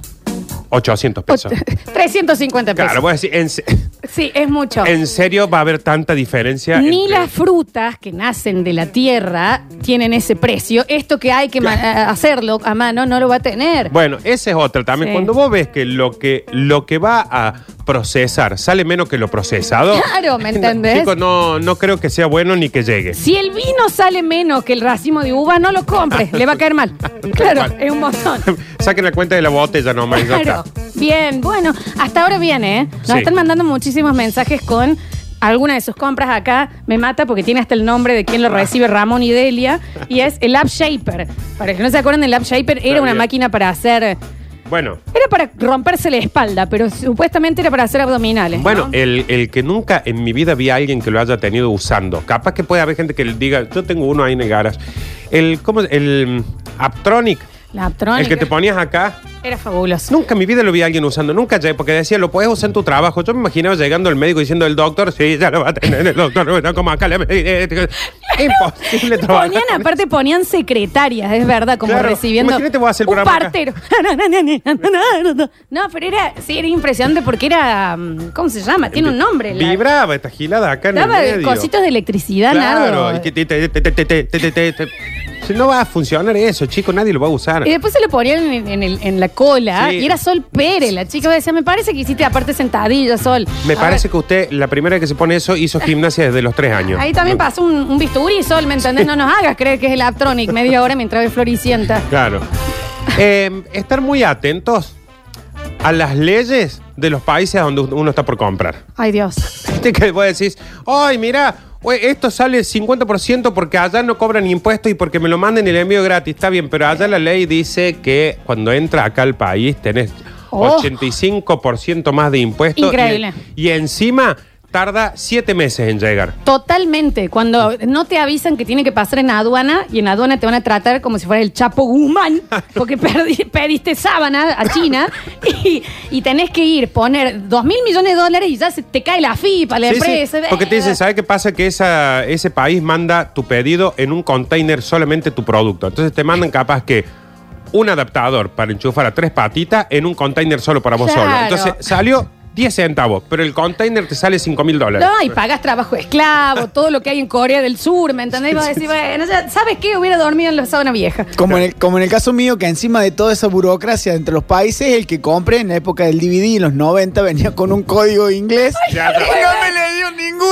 [SPEAKER 3] 800 pesos.
[SPEAKER 2] 350 pesos.
[SPEAKER 3] Claro, vos decís, ¿en, se-
[SPEAKER 2] Sí, es mucho.
[SPEAKER 3] en serio va a haber tanta diferencia?
[SPEAKER 2] Ni
[SPEAKER 3] entre-
[SPEAKER 2] las frutas que nacen de la tierra tienen ese precio. Esto que hay que ma- a- hacerlo a mano no lo va a tener.
[SPEAKER 3] Bueno, esa es otra también.
[SPEAKER 2] Sí.
[SPEAKER 3] Cuando vos ves que lo que lo que va a procesar sale menos que lo procesado.
[SPEAKER 2] Claro, ¿me entendés?
[SPEAKER 3] Chicos, no, no creo que sea bueno ni que llegue.
[SPEAKER 2] Si el vino sale menos que el racimo de uva, no lo compres. le va a caer mal. Claro,
[SPEAKER 3] Mal.
[SPEAKER 2] es un montón.
[SPEAKER 3] Saquen la cuenta de la botella nomás. y ya
[SPEAKER 2] Claro.
[SPEAKER 3] está.
[SPEAKER 2] Bien, bueno, hasta ahora viene, ¿eh? Nos
[SPEAKER 3] Sí.
[SPEAKER 2] están mandando muchísimos mensajes con alguna de sus compras acá. Me mata porque tiene hasta el nombre de quien lo recibe, Ramón y Delia. Y es el App Shaper. Para los que no se acuerdan, el App Shaper era
[SPEAKER 3] Está
[SPEAKER 2] una
[SPEAKER 3] bien.
[SPEAKER 2] máquina para hacer.
[SPEAKER 3] Bueno,
[SPEAKER 2] Era para romperse la espalda, pero supuestamente era para hacer abdominales. ¿no?
[SPEAKER 3] bueno el, el que nunca en mi vida vi a alguien que lo haya tenido usando. Capaz que puede haber gente que le diga, yo tengo uno ahí en el garage. El, ¿cómo es? El mm, Aptronic,
[SPEAKER 2] la Aptronic eh.
[SPEAKER 3] el que te ponías acá.
[SPEAKER 2] era fabuloso.
[SPEAKER 3] Nunca en mi vida lo vi a alguien usando, nunca llegué, porque decía, lo puedes usar en tu trabajo. Yo me imaginaba llegando el médico diciendo, el doctor, sí, ya lo va a tener el doctor, no como acá. le- eh, Imposible trabajar.
[SPEAKER 2] Ponían, aparte ponían secretarias, es verdad, como
[SPEAKER 3] Claro.
[SPEAKER 2] recibiendo.
[SPEAKER 3] Imagínate vos hacer el
[SPEAKER 2] un
[SPEAKER 3] programa acá.
[SPEAKER 2] partero. no, pero era, sí, era impresionante porque era. mm, ¿Cómo se llama? Tiene un nombre. la-
[SPEAKER 3] Vibraba esta gilada acá en el
[SPEAKER 2] Daba
[SPEAKER 3] medio.
[SPEAKER 2] cositos de electricidad,
[SPEAKER 3] Claro,
[SPEAKER 2] Nardo.
[SPEAKER 3] y que te- te- te- te- te- te- te- te- te- Si no va a funcionar eso, chico, nadie lo va a usar.
[SPEAKER 2] Y después se lo ponían en, en el- en la cola
[SPEAKER 3] Sí.
[SPEAKER 2] y era Sol Pérez. La chica decía, me parece que hiciste aparte sentadilla, Sol.
[SPEAKER 3] Me
[SPEAKER 2] A
[SPEAKER 3] parece
[SPEAKER 2] ver,
[SPEAKER 3] que usted, la primera que se pone eso, hizo gimnasia desde los tres años.
[SPEAKER 2] Ahí también pasó un, un bisturí, Sol, ¿me entendés? No nos hagas creer que es el Aptronic media hora mientras ves Floricienta.
[SPEAKER 3] Claro. Eh, estar muy atentos a las leyes de los países donde uno está por comprar.
[SPEAKER 2] Ay, Dios.
[SPEAKER 3] Viste que vos decís, ay, mira, esto sale 50% porque allá no cobran impuestos y porque me lo manden el envío gratis. Está bien, pero allá la ley dice que cuando entra acá al país tenés
[SPEAKER 2] Oh.
[SPEAKER 3] 85% más de impuestos. y-
[SPEAKER 2] Increíble.
[SPEAKER 3] Y, encima tarda 7 meses en llegar.
[SPEAKER 2] Totalmente. Cuando no te avisan que tiene que pasar en aduana y en aduana te van a tratar como si fuera el Chapo Guzmán porque perdi- pediste sábana a China y, y tenés que ir, poner dos mil millones de dólares y ya se te cae la FIPA, la
[SPEAKER 3] Sí, sí,
[SPEAKER 2] empresa. eh,
[SPEAKER 3] porque te dicen, ¿sabes qué pasa? Que esa, ese país manda tu pedido en un container solamente tu producto. Entonces te mandan capaz que un adaptador para enchufar a tres patitas en un container solo para vos
[SPEAKER 2] Claro.
[SPEAKER 3] solo. Entonces salió 10 centavos, pero el container te sale 5 mil dólares.
[SPEAKER 2] No, y pagas trabajo esclavo, todo lo que hay en Corea del Sur, ¿me entendés? Y Vas a decir, bueno, ya, ¿sabes qué? Hubiera dormido en la sábana vieja.
[SPEAKER 5] Como en, el, como en el caso mío, que encima de toda esa burocracia entre los países, el que compre en la época del DVD en los 90 venía con un código inglés.
[SPEAKER 3] Ya,
[SPEAKER 5] no me le dio ninguno.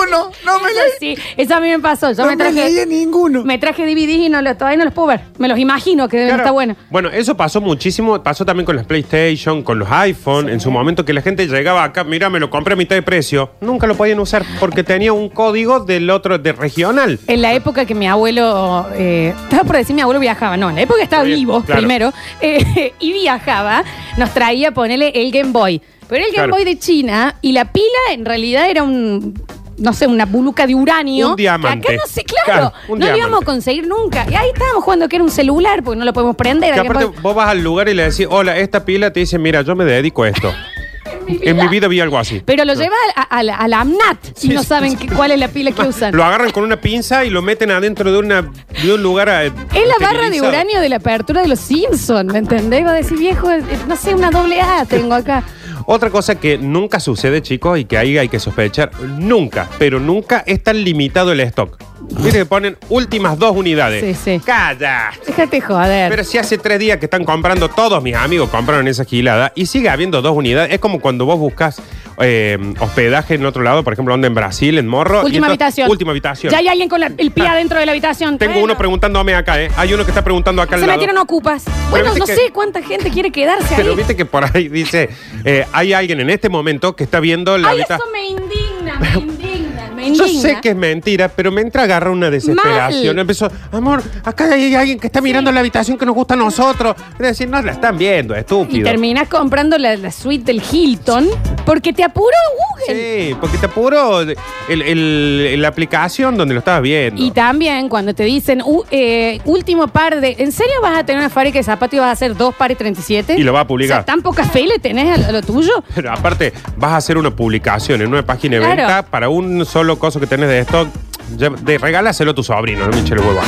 [SPEAKER 5] No me
[SPEAKER 2] Eso
[SPEAKER 5] le,
[SPEAKER 2] sí, eso a mí me pasó. Yo
[SPEAKER 5] no
[SPEAKER 2] me
[SPEAKER 5] me le dio
[SPEAKER 2] traje,
[SPEAKER 5] ninguno.
[SPEAKER 2] me traje DVDs y no lo- todavía no los puedo ver. Me los imagino que deben
[SPEAKER 3] Claro.
[SPEAKER 2] estar buenos.
[SPEAKER 3] Bueno, eso pasó muchísimo. Pasó también con las PlayStation, con los iPhone. En su momento que la gente llegaba acá, mira, me lo compré a mitad de precio. Nunca lo podían usar porque tenía un código del otro, de regional.
[SPEAKER 2] En la época que mi abuelo, eh, estaba por decir mi abuelo viajaba, no, en la época que estaba
[SPEAKER 3] Está bien,
[SPEAKER 2] vivo
[SPEAKER 3] claro.
[SPEAKER 2] primero, eh, y viajaba, nos traía, ponele, el Game Boy. Pero era el Game
[SPEAKER 3] Claro.
[SPEAKER 2] Boy de China y la pila en realidad era un, no sé, una buluca de uranio.
[SPEAKER 3] Un
[SPEAKER 2] que
[SPEAKER 3] diamante.
[SPEAKER 2] acá no sé, claro,
[SPEAKER 3] Claro, un
[SPEAKER 2] no lo íbamos a
[SPEAKER 3] diamante.
[SPEAKER 2] conseguir nunca. Y ahí estábamos jugando que era un celular, porque no lo podemos prender.
[SPEAKER 3] Que
[SPEAKER 2] al Game
[SPEAKER 3] aparte
[SPEAKER 2] Boy.
[SPEAKER 3] vos vas al lugar y le decís, hola, esta pila te dice, mira, yo me dedico a esto.
[SPEAKER 2] en mi vida.
[SPEAKER 3] En mi vida vi algo así.
[SPEAKER 2] Pero lo lleva a, a la- a la AMNAT
[SPEAKER 3] Sí,
[SPEAKER 2] y no
[SPEAKER 3] sí,
[SPEAKER 2] saben
[SPEAKER 3] sí.
[SPEAKER 2] qué- cuál es la pila que usan.
[SPEAKER 3] Lo agarran con una pinza y lo meten adentro de, una, de un lugar. eh,
[SPEAKER 2] Es la barra de
[SPEAKER 3] esterilizado.
[SPEAKER 2] uranio de la apertura de los Simpsons, ¿me entendés? Va a decir, viejo, eh, no sé, una doble A tengo acá.
[SPEAKER 3] Otra cosa que nunca sucede, chicos, y que ahí hay que sospechar, nunca, pero nunca es tan limitado el stock. Viste que ponen últimas dos unidades.
[SPEAKER 2] Sí, sí.
[SPEAKER 3] ¡Calla!
[SPEAKER 2] Déjate joder.
[SPEAKER 3] Pero si hace tres días que están comprando, todos mis amigos compraron esa gilada y sigue habiendo dos unidades. Es como cuando vos buscas eh, hospedaje en otro lado, por ejemplo, onda en Brasil, en Morro. y
[SPEAKER 2] última
[SPEAKER 3] entonces-
[SPEAKER 2] habitación.
[SPEAKER 3] Última habitación.
[SPEAKER 2] Ya hay alguien con la- el pie adentro de la habitación.
[SPEAKER 3] Tengo
[SPEAKER 2] Bueno,
[SPEAKER 3] uno preguntándome acá, ¿eh? Hay uno que está preguntando acá al
[SPEAKER 2] Se
[SPEAKER 3] lado.
[SPEAKER 2] metieron ocupas. Bueno,
[SPEAKER 3] viste
[SPEAKER 2] no
[SPEAKER 3] que-
[SPEAKER 2] sé cuánta gente quiere quedarse
[SPEAKER 3] Pero
[SPEAKER 2] ahí.
[SPEAKER 3] viste que por ahí dice, eh, hay alguien en este momento que está viendo la
[SPEAKER 2] Ay,
[SPEAKER 3] habita-
[SPEAKER 2] eso me indigna, me indigna, me
[SPEAKER 3] Yo
[SPEAKER 2] indigna.
[SPEAKER 3] sé que es mentira, pero me entra agarra una desesperación.
[SPEAKER 2] Mal.
[SPEAKER 3] Empezó, amor, acá hay alguien que está mirando la habitación que nos gusta a nosotros. Es decir, no la están viendo,
[SPEAKER 2] Y
[SPEAKER 3] estúpido.
[SPEAKER 2] terminas comprando la, la suite del Hilton porque te apuró Google.
[SPEAKER 3] Sí, porque te apuro el, el- la aplicación donde lo estabas viendo.
[SPEAKER 2] Y también cuando te dicen "U- eh, último par de. ¿En serio vas a tener una fábrica de zapatos y vas a hacer dos pares 37?
[SPEAKER 3] Y lo vas a
[SPEAKER 2] O
[SPEAKER 3] publicar.
[SPEAKER 2] sea, ¿Tan poca fe le tenés a lo, a lo tuyo?
[SPEAKER 3] Pero aparte, vas a hacer una publicación en una página de
[SPEAKER 2] Claro.
[SPEAKER 3] venta para un solo coso que tenés de stock. Ya, de, regálaselo a tu sobrino, no me eche el huevo.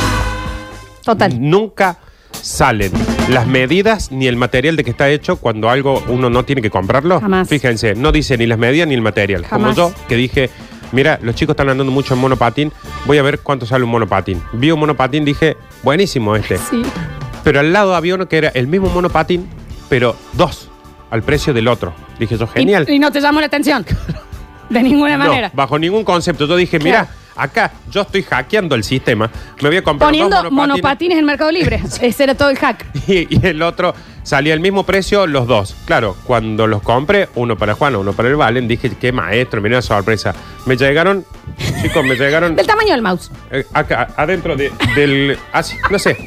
[SPEAKER 2] Total.
[SPEAKER 3] Nunca salen las medidas ni el material de que está hecho cuando algo uno no tiene que comprarlo.
[SPEAKER 2] Jamás.
[SPEAKER 3] Fíjense, no dice ni las medidas ni el material.
[SPEAKER 2] Jamás.
[SPEAKER 3] Como yo, que dije, mira, los chicos están andando mucho en monopatín, voy a ver cuánto sale un monopatín. Vi un monopatín, dije, buenísimo este.
[SPEAKER 2] Sí.
[SPEAKER 3] Pero al lado había uno que era el mismo monopatín, pero dos, al precio del otro. Dije yo, genial.
[SPEAKER 2] Y, y no te llamó la atención. De ninguna
[SPEAKER 3] No,
[SPEAKER 2] manera.
[SPEAKER 3] bajo ningún concepto. Yo dije, mira,
[SPEAKER 2] Claro.
[SPEAKER 3] acá yo estoy hackeando el sistema. Me voy a comprar dos
[SPEAKER 2] Poniendo
[SPEAKER 3] monopatines.
[SPEAKER 2] monopatines en Mercado Libre. Ese era todo el hack.
[SPEAKER 3] Y, y el otro salía el mismo precio, los dos. Claro, cuando los compré, uno para Juan, uno para el Valen, dije, qué maestro, mirá la sorpresa. Me llegaron, chicos, me llegaron
[SPEAKER 2] Del tamaño del mouse.
[SPEAKER 3] eh, acá, adentro de- del. Así, no sé.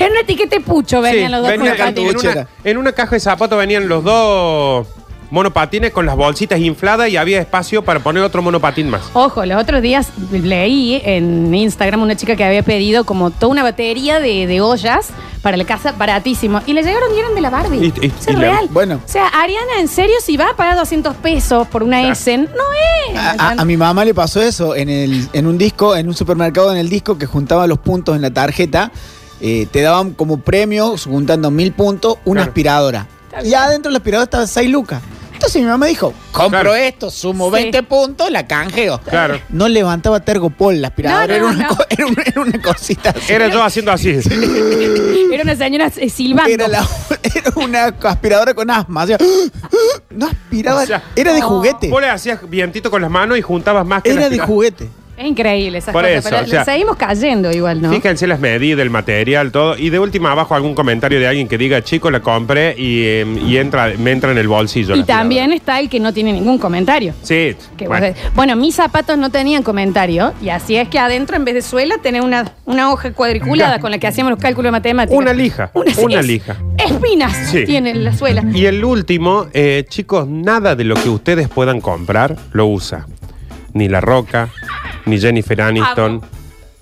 [SPEAKER 2] Era una etiqueta pucho, venían
[SPEAKER 3] Sí,
[SPEAKER 2] los dos
[SPEAKER 3] venían
[SPEAKER 2] monopatines.
[SPEAKER 5] cantuchos.
[SPEAKER 3] en, una, en una caja de zapatos venían los dos monopatines con las bolsitas infladas y había espacio para poner otro monopatín más.
[SPEAKER 2] Ojo, los otros días leí en Instagram una chica que había pedido como toda una batería de, de ollas para la casa, baratísimo. Y le llegaron y eran de la Barbie.
[SPEAKER 3] Y- y-
[SPEAKER 2] Eso
[SPEAKER 3] y
[SPEAKER 2] es
[SPEAKER 3] la-
[SPEAKER 2] real.
[SPEAKER 5] Bueno.
[SPEAKER 2] O sea, Ariana, en serio, si va a pagar 200 pesos por una Essen, no es.
[SPEAKER 5] A, a- a mi mamá le pasó eso en, el, en un disco, en un supermercado en el disco que juntaba los puntos en la tarjeta. eh, te daban como premio, juntando mil puntos, una
[SPEAKER 3] Claro.
[SPEAKER 5] aspiradora. Y adentro de la aspiradora estaba 6 lucas. Entonces mi mamá dijo, compro
[SPEAKER 3] Claro.
[SPEAKER 5] esto, sumo
[SPEAKER 2] Sí.
[SPEAKER 5] 20 puntos, la canjeo.
[SPEAKER 3] Claro.
[SPEAKER 5] No levantaba tergopol la
[SPEAKER 2] No,
[SPEAKER 5] aspiradora,
[SPEAKER 2] no,
[SPEAKER 5] era, una
[SPEAKER 2] no.
[SPEAKER 5] co- era una- era una cosita así.
[SPEAKER 3] Era yo haciendo así.
[SPEAKER 2] Era una señora eh, silbando.
[SPEAKER 5] ah. Era, la- era una aspiradora con asma. o sea, no aspiraba,
[SPEAKER 3] O sea,
[SPEAKER 5] era de
[SPEAKER 2] no.
[SPEAKER 5] juguete.
[SPEAKER 3] Vos le hacías vientito con las manos y juntabas más que la
[SPEAKER 5] Era de
[SPEAKER 3] tira-
[SPEAKER 5] juguete.
[SPEAKER 2] Es increíble esas
[SPEAKER 3] Por
[SPEAKER 2] cosas.
[SPEAKER 3] eso,
[SPEAKER 2] pero
[SPEAKER 3] o sea-
[SPEAKER 2] seguimos cayendo igual, ¿no?
[SPEAKER 3] Fíjense las medidas, el material, todo. Y de última abajo algún comentario de alguien que diga, chico, la compré y, eh, y entra, me entra en el bolsillo.
[SPEAKER 2] Y
[SPEAKER 3] la
[SPEAKER 2] también está el que no tiene ningún comentario.
[SPEAKER 3] aspiradora". Sí.
[SPEAKER 2] Que vos
[SPEAKER 3] bueno.
[SPEAKER 2] decís, bueno, mis zapatos no tenían comentario y así es que adentro en vez de suela tenés una, una hoja cuadriculada con la que hacíamos los cálculos de matemáticas.
[SPEAKER 3] Una lija, una lija.
[SPEAKER 2] Espinas
[SPEAKER 3] Sí.
[SPEAKER 2] tienen la suela.
[SPEAKER 3] Y el último, eh, chicos, nada de lo que ustedes puedan comprar lo usa. Ni La Roca, ni Jennifer Aniston,
[SPEAKER 2] Amo.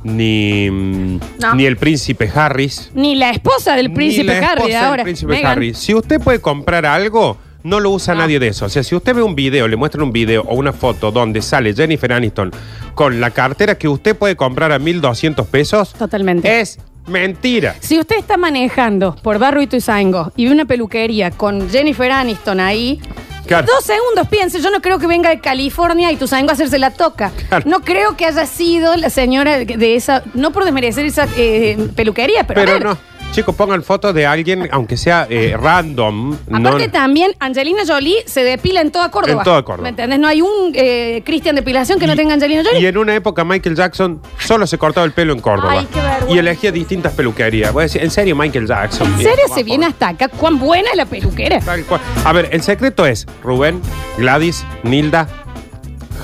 [SPEAKER 3] ni, mm,
[SPEAKER 2] No.
[SPEAKER 3] ni el príncipe Harris.
[SPEAKER 2] Ni la esposa del
[SPEAKER 3] ni
[SPEAKER 2] príncipe
[SPEAKER 3] la esposa
[SPEAKER 2] Harry de
[SPEAKER 3] del
[SPEAKER 2] ahora.
[SPEAKER 3] príncipe
[SPEAKER 2] Meghan.
[SPEAKER 3] Harry. Si usted puede comprar algo, no lo usa
[SPEAKER 2] No.
[SPEAKER 3] nadie de eso. O sea, si usted ve un video, le muestran un video o una foto donde sale Jennifer Aniston con la cartera que usted puede comprar a 1.200 pesos,
[SPEAKER 2] Totalmente.
[SPEAKER 3] es mentira.
[SPEAKER 2] Si usted está manejando por Barrio Ituzaingó y ve una peluquería con Jennifer Aniston ahí,
[SPEAKER 3] Claro.
[SPEAKER 2] dos segundos piense, yo no creo que venga de California y Ituzaingó a hacerse la toca.
[SPEAKER 3] Claro.
[SPEAKER 2] No creo que haya sido la señora de esa, no por desmerecer esa eh, peluquería, pero, a
[SPEAKER 3] Pero
[SPEAKER 2] ver,
[SPEAKER 3] no. Chicos, pongan fotos de alguien, aunque sea eh, random.
[SPEAKER 2] Aparte
[SPEAKER 3] no,
[SPEAKER 2] también, Angelina Jolie se depila en toda Córdoba.
[SPEAKER 3] En toda Córdoba.
[SPEAKER 2] ¿Me entendés? No hay un eh, Cristian depilación que no
[SPEAKER 3] Y-
[SPEAKER 2] tenga Angelina Jolie.
[SPEAKER 3] Y en una época Michael Jackson solo se cortaba el pelo en Córdoba.
[SPEAKER 2] Ay, qué vergüenza.
[SPEAKER 3] y elegía distintas peluquerías. Voy a decir, en serio, Michael Jackson.
[SPEAKER 2] ¿En
[SPEAKER 3] Bien,
[SPEAKER 2] serio
[SPEAKER 3] vamos.
[SPEAKER 2] se viene hasta acá? ¿Cuán buena es la peluquera?
[SPEAKER 3] Tal cual. A ver, el secreto es Rubén, Gladys, Nilda,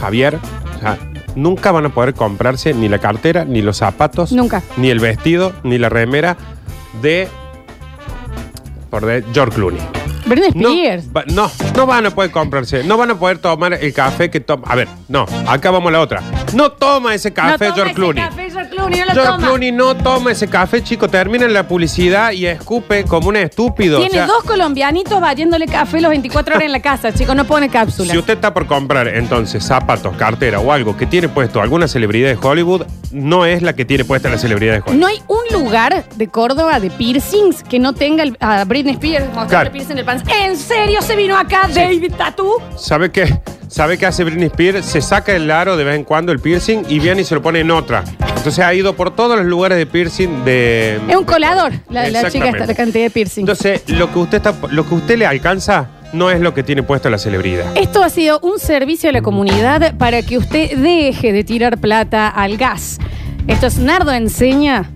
[SPEAKER 3] Javier. o sea, nunca van a poder comprarse ni la cartera, ni los zapatos.
[SPEAKER 2] Nunca.
[SPEAKER 3] Ni el vestido, ni la remera de... Por de George Clooney.
[SPEAKER 2] Britney
[SPEAKER 3] No,
[SPEAKER 2] Spears.
[SPEAKER 3] va- no, no van a poder comprarse. No van a poder tomar el café que toma. A ver, no, acá vamos a la otra. No toma ese café,
[SPEAKER 2] No toma
[SPEAKER 3] George
[SPEAKER 2] ese
[SPEAKER 3] Clooney.
[SPEAKER 2] café, George George Clooney, no lo
[SPEAKER 3] George
[SPEAKER 2] toma.
[SPEAKER 3] Clooney no toma ese café, chico. Termina en la publicidad y escupe como un estúpido.
[SPEAKER 2] Tiene
[SPEAKER 3] O sea,
[SPEAKER 2] dos colombianitos vayéndole café los 24 horas en la casa, chicos. No pone cápsulas.
[SPEAKER 3] Si usted está por comprar entonces zapatos, cartera o algo que tiene puesto alguna celebridad de Hollywood, no es la que tiene puesta la celebridad de Hollywood.
[SPEAKER 2] No hay un lugar de Córdoba de piercings que no tenga el- a Britney Spears mostrarle
[SPEAKER 3] Claro.
[SPEAKER 2] piercing en el pan. ¿En serio se vino acá David Tattoo?
[SPEAKER 3] ¿Sabe qué? ¿Sabe qué hace Britney Spears? Se saca el aro de vez en cuando, el piercing, y viene y se lo pone en otra. Entonces ha ido por todos los lugares de piercing de...
[SPEAKER 2] Es un colador, la, la chica
[SPEAKER 3] Exactamente.
[SPEAKER 2] está la cantidad de piercings.
[SPEAKER 3] Entonces, lo que usted está, lo que usted le alcanza no es lo que tiene puesto la celebridad.
[SPEAKER 2] Esto ha sido un servicio a la comunidad para que usted deje de tirar plata al gas. Esto es Nardo Enseña.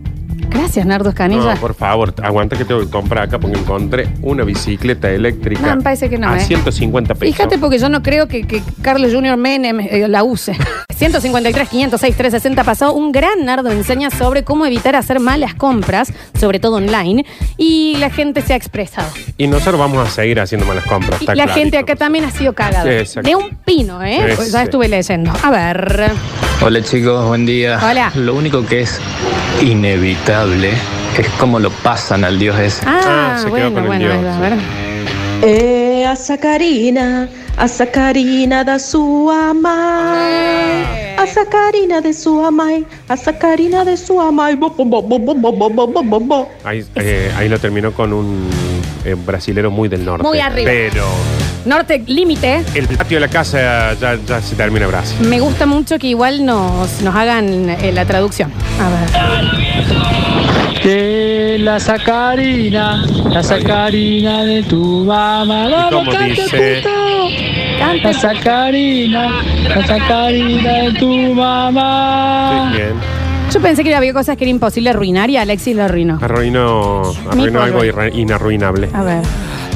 [SPEAKER 2] Gracias, Nardo Escanilla.
[SPEAKER 3] No, por favor, aguanta que tengo que comprar acá porque encontré una bicicleta eléctrica.
[SPEAKER 2] No, me parece que no,
[SPEAKER 3] A
[SPEAKER 2] ¿eh?
[SPEAKER 3] 150 pesos.
[SPEAKER 2] Fíjate porque yo no creo que, que Carlos Junior Menem eh, la use. 153, 506, 360 pasó un gran nardo enseña sobre cómo evitar hacer malas compras, sobre todo online, y la gente se ha expresado.
[SPEAKER 3] Y nosotros vamos a seguir haciendo malas compras.
[SPEAKER 2] Y
[SPEAKER 3] está
[SPEAKER 2] la
[SPEAKER 3] clarito.
[SPEAKER 2] gente acá también ha sido cagada.
[SPEAKER 3] Sí, exacto.
[SPEAKER 2] de un pino, ¿eh?
[SPEAKER 3] Sí,
[SPEAKER 2] Pues ya
[SPEAKER 3] sí.
[SPEAKER 2] estuve leyendo. A ver.
[SPEAKER 6] Hola chicos, buen día.
[SPEAKER 2] Hola.
[SPEAKER 6] Lo único que es inevitable es cómo lo pasan al dios ese.
[SPEAKER 2] Ah,
[SPEAKER 3] Ah, se quedó
[SPEAKER 2] bueno,
[SPEAKER 3] con el
[SPEAKER 2] bueno,
[SPEAKER 3] dios,
[SPEAKER 2] ahí va, a
[SPEAKER 3] sí.
[SPEAKER 2] ver.
[SPEAKER 7] E a Sacarina, a Sacarina da sua mãe. A Sacarina de sua mãe, a Sacarina de sua mãe. Bo, bo, bo, bo, bo, bo, bo, bo, bo, bo.
[SPEAKER 3] Ahí, eh, ahí lo terminó con un eh, brasilero muy del norte.
[SPEAKER 2] Muy arriba.
[SPEAKER 3] Pero
[SPEAKER 2] Norte Límite.
[SPEAKER 3] el patio de la casa ya, ya se termina en Brasil.
[SPEAKER 2] Me gusta mucho que igual nos, nos hagan eh, la traducción. A ver.
[SPEAKER 8] De la sacarina, la sacarina de tu mamá.
[SPEAKER 3] Y como dice,
[SPEAKER 2] Canta
[SPEAKER 8] La sacarina, la sacarina de tu mamá.
[SPEAKER 3] sí, bien.
[SPEAKER 2] Yo pensé que había cosas que era imposible arruinar y Alexis lo arruinó.
[SPEAKER 3] Arruinó, arruinó
[SPEAKER 2] pollo.
[SPEAKER 3] algo irre- inarruinable.
[SPEAKER 2] A ver.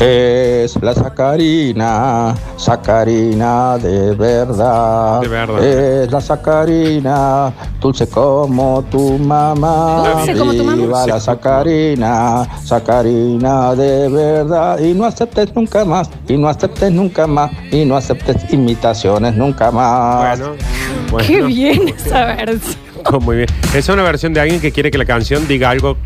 [SPEAKER 9] Es la sacarina, sacarina de verdad.
[SPEAKER 3] De verdad.
[SPEAKER 9] Es la sacarina, dulce como tu mamá.
[SPEAKER 2] Dulce como tu mamá.
[SPEAKER 9] Viva la sacarina, sacarina de verdad. Y no aceptes nunca más, y no aceptes nunca más, y no aceptes imitaciones nunca más.
[SPEAKER 3] Bueno, bueno. oh,
[SPEAKER 2] Qué bien esa versión.
[SPEAKER 3] Muy bien. Esa es una versión de alguien que quiere que la canción diga algo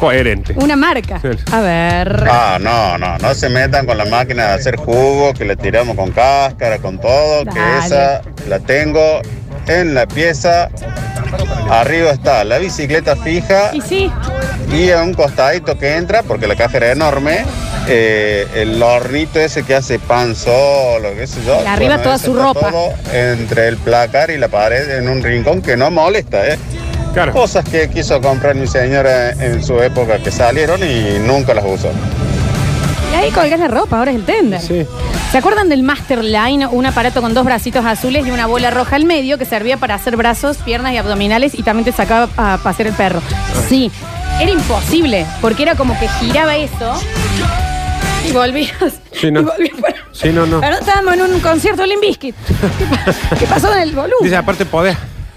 [SPEAKER 3] coherente.
[SPEAKER 2] Una marca. A ver.
[SPEAKER 10] Ah, no, no, no se metan con la máquina de hacer jugo que le tiramos con cáscara, con todo,
[SPEAKER 2] Dale.
[SPEAKER 10] que esa la tengo en la pieza. Arriba está la bicicleta fija
[SPEAKER 2] Y sí,
[SPEAKER 10] y a un costadito que entra, porque la caja era enorme, eh, el hornito ese que hace pan solo, qué sé yo.
[SPEAKER 2] Y arriba toda
[SPEAKER 10] eso
[SPEAKER 2] su
[SPEAKER 10] está
[SPEAKER 2] ropa.
[SPEAKER 10] todo entre el placar y la pared en un rincón que no molesta, ¿eh?
[SPEAKER 3] Claro.
[SPEAKER 10] Cosas que quiso comprar mi señora en su época que salieron y nunca las usó.
[SPEAKER 2] y ahí colgas la ropa, ahora es el tender.
[SPEAKER 3] Sí.
[SPEAKER 2] ¿Se acuerdan del Masterline? Un aparato con dos bracitos azules y una bola roja al medio que servía para hacer brazos, piernas y abdominales y también te sacaba a pasear el perro. Sí, era imposible porque era como que giraba eso y volvías.
[SPEAKER 3] Sí, no.
[SPEAKER 2] Y volvías para-
[SPEAKER 3] Sí, no, no.
[SPEAKER 2] Ahora estábamos en un concierto de Limp Bizkit. ¿Qué, pa- qué pasó en el volumen?
[SPEAKER 3] Dice, aparte podés.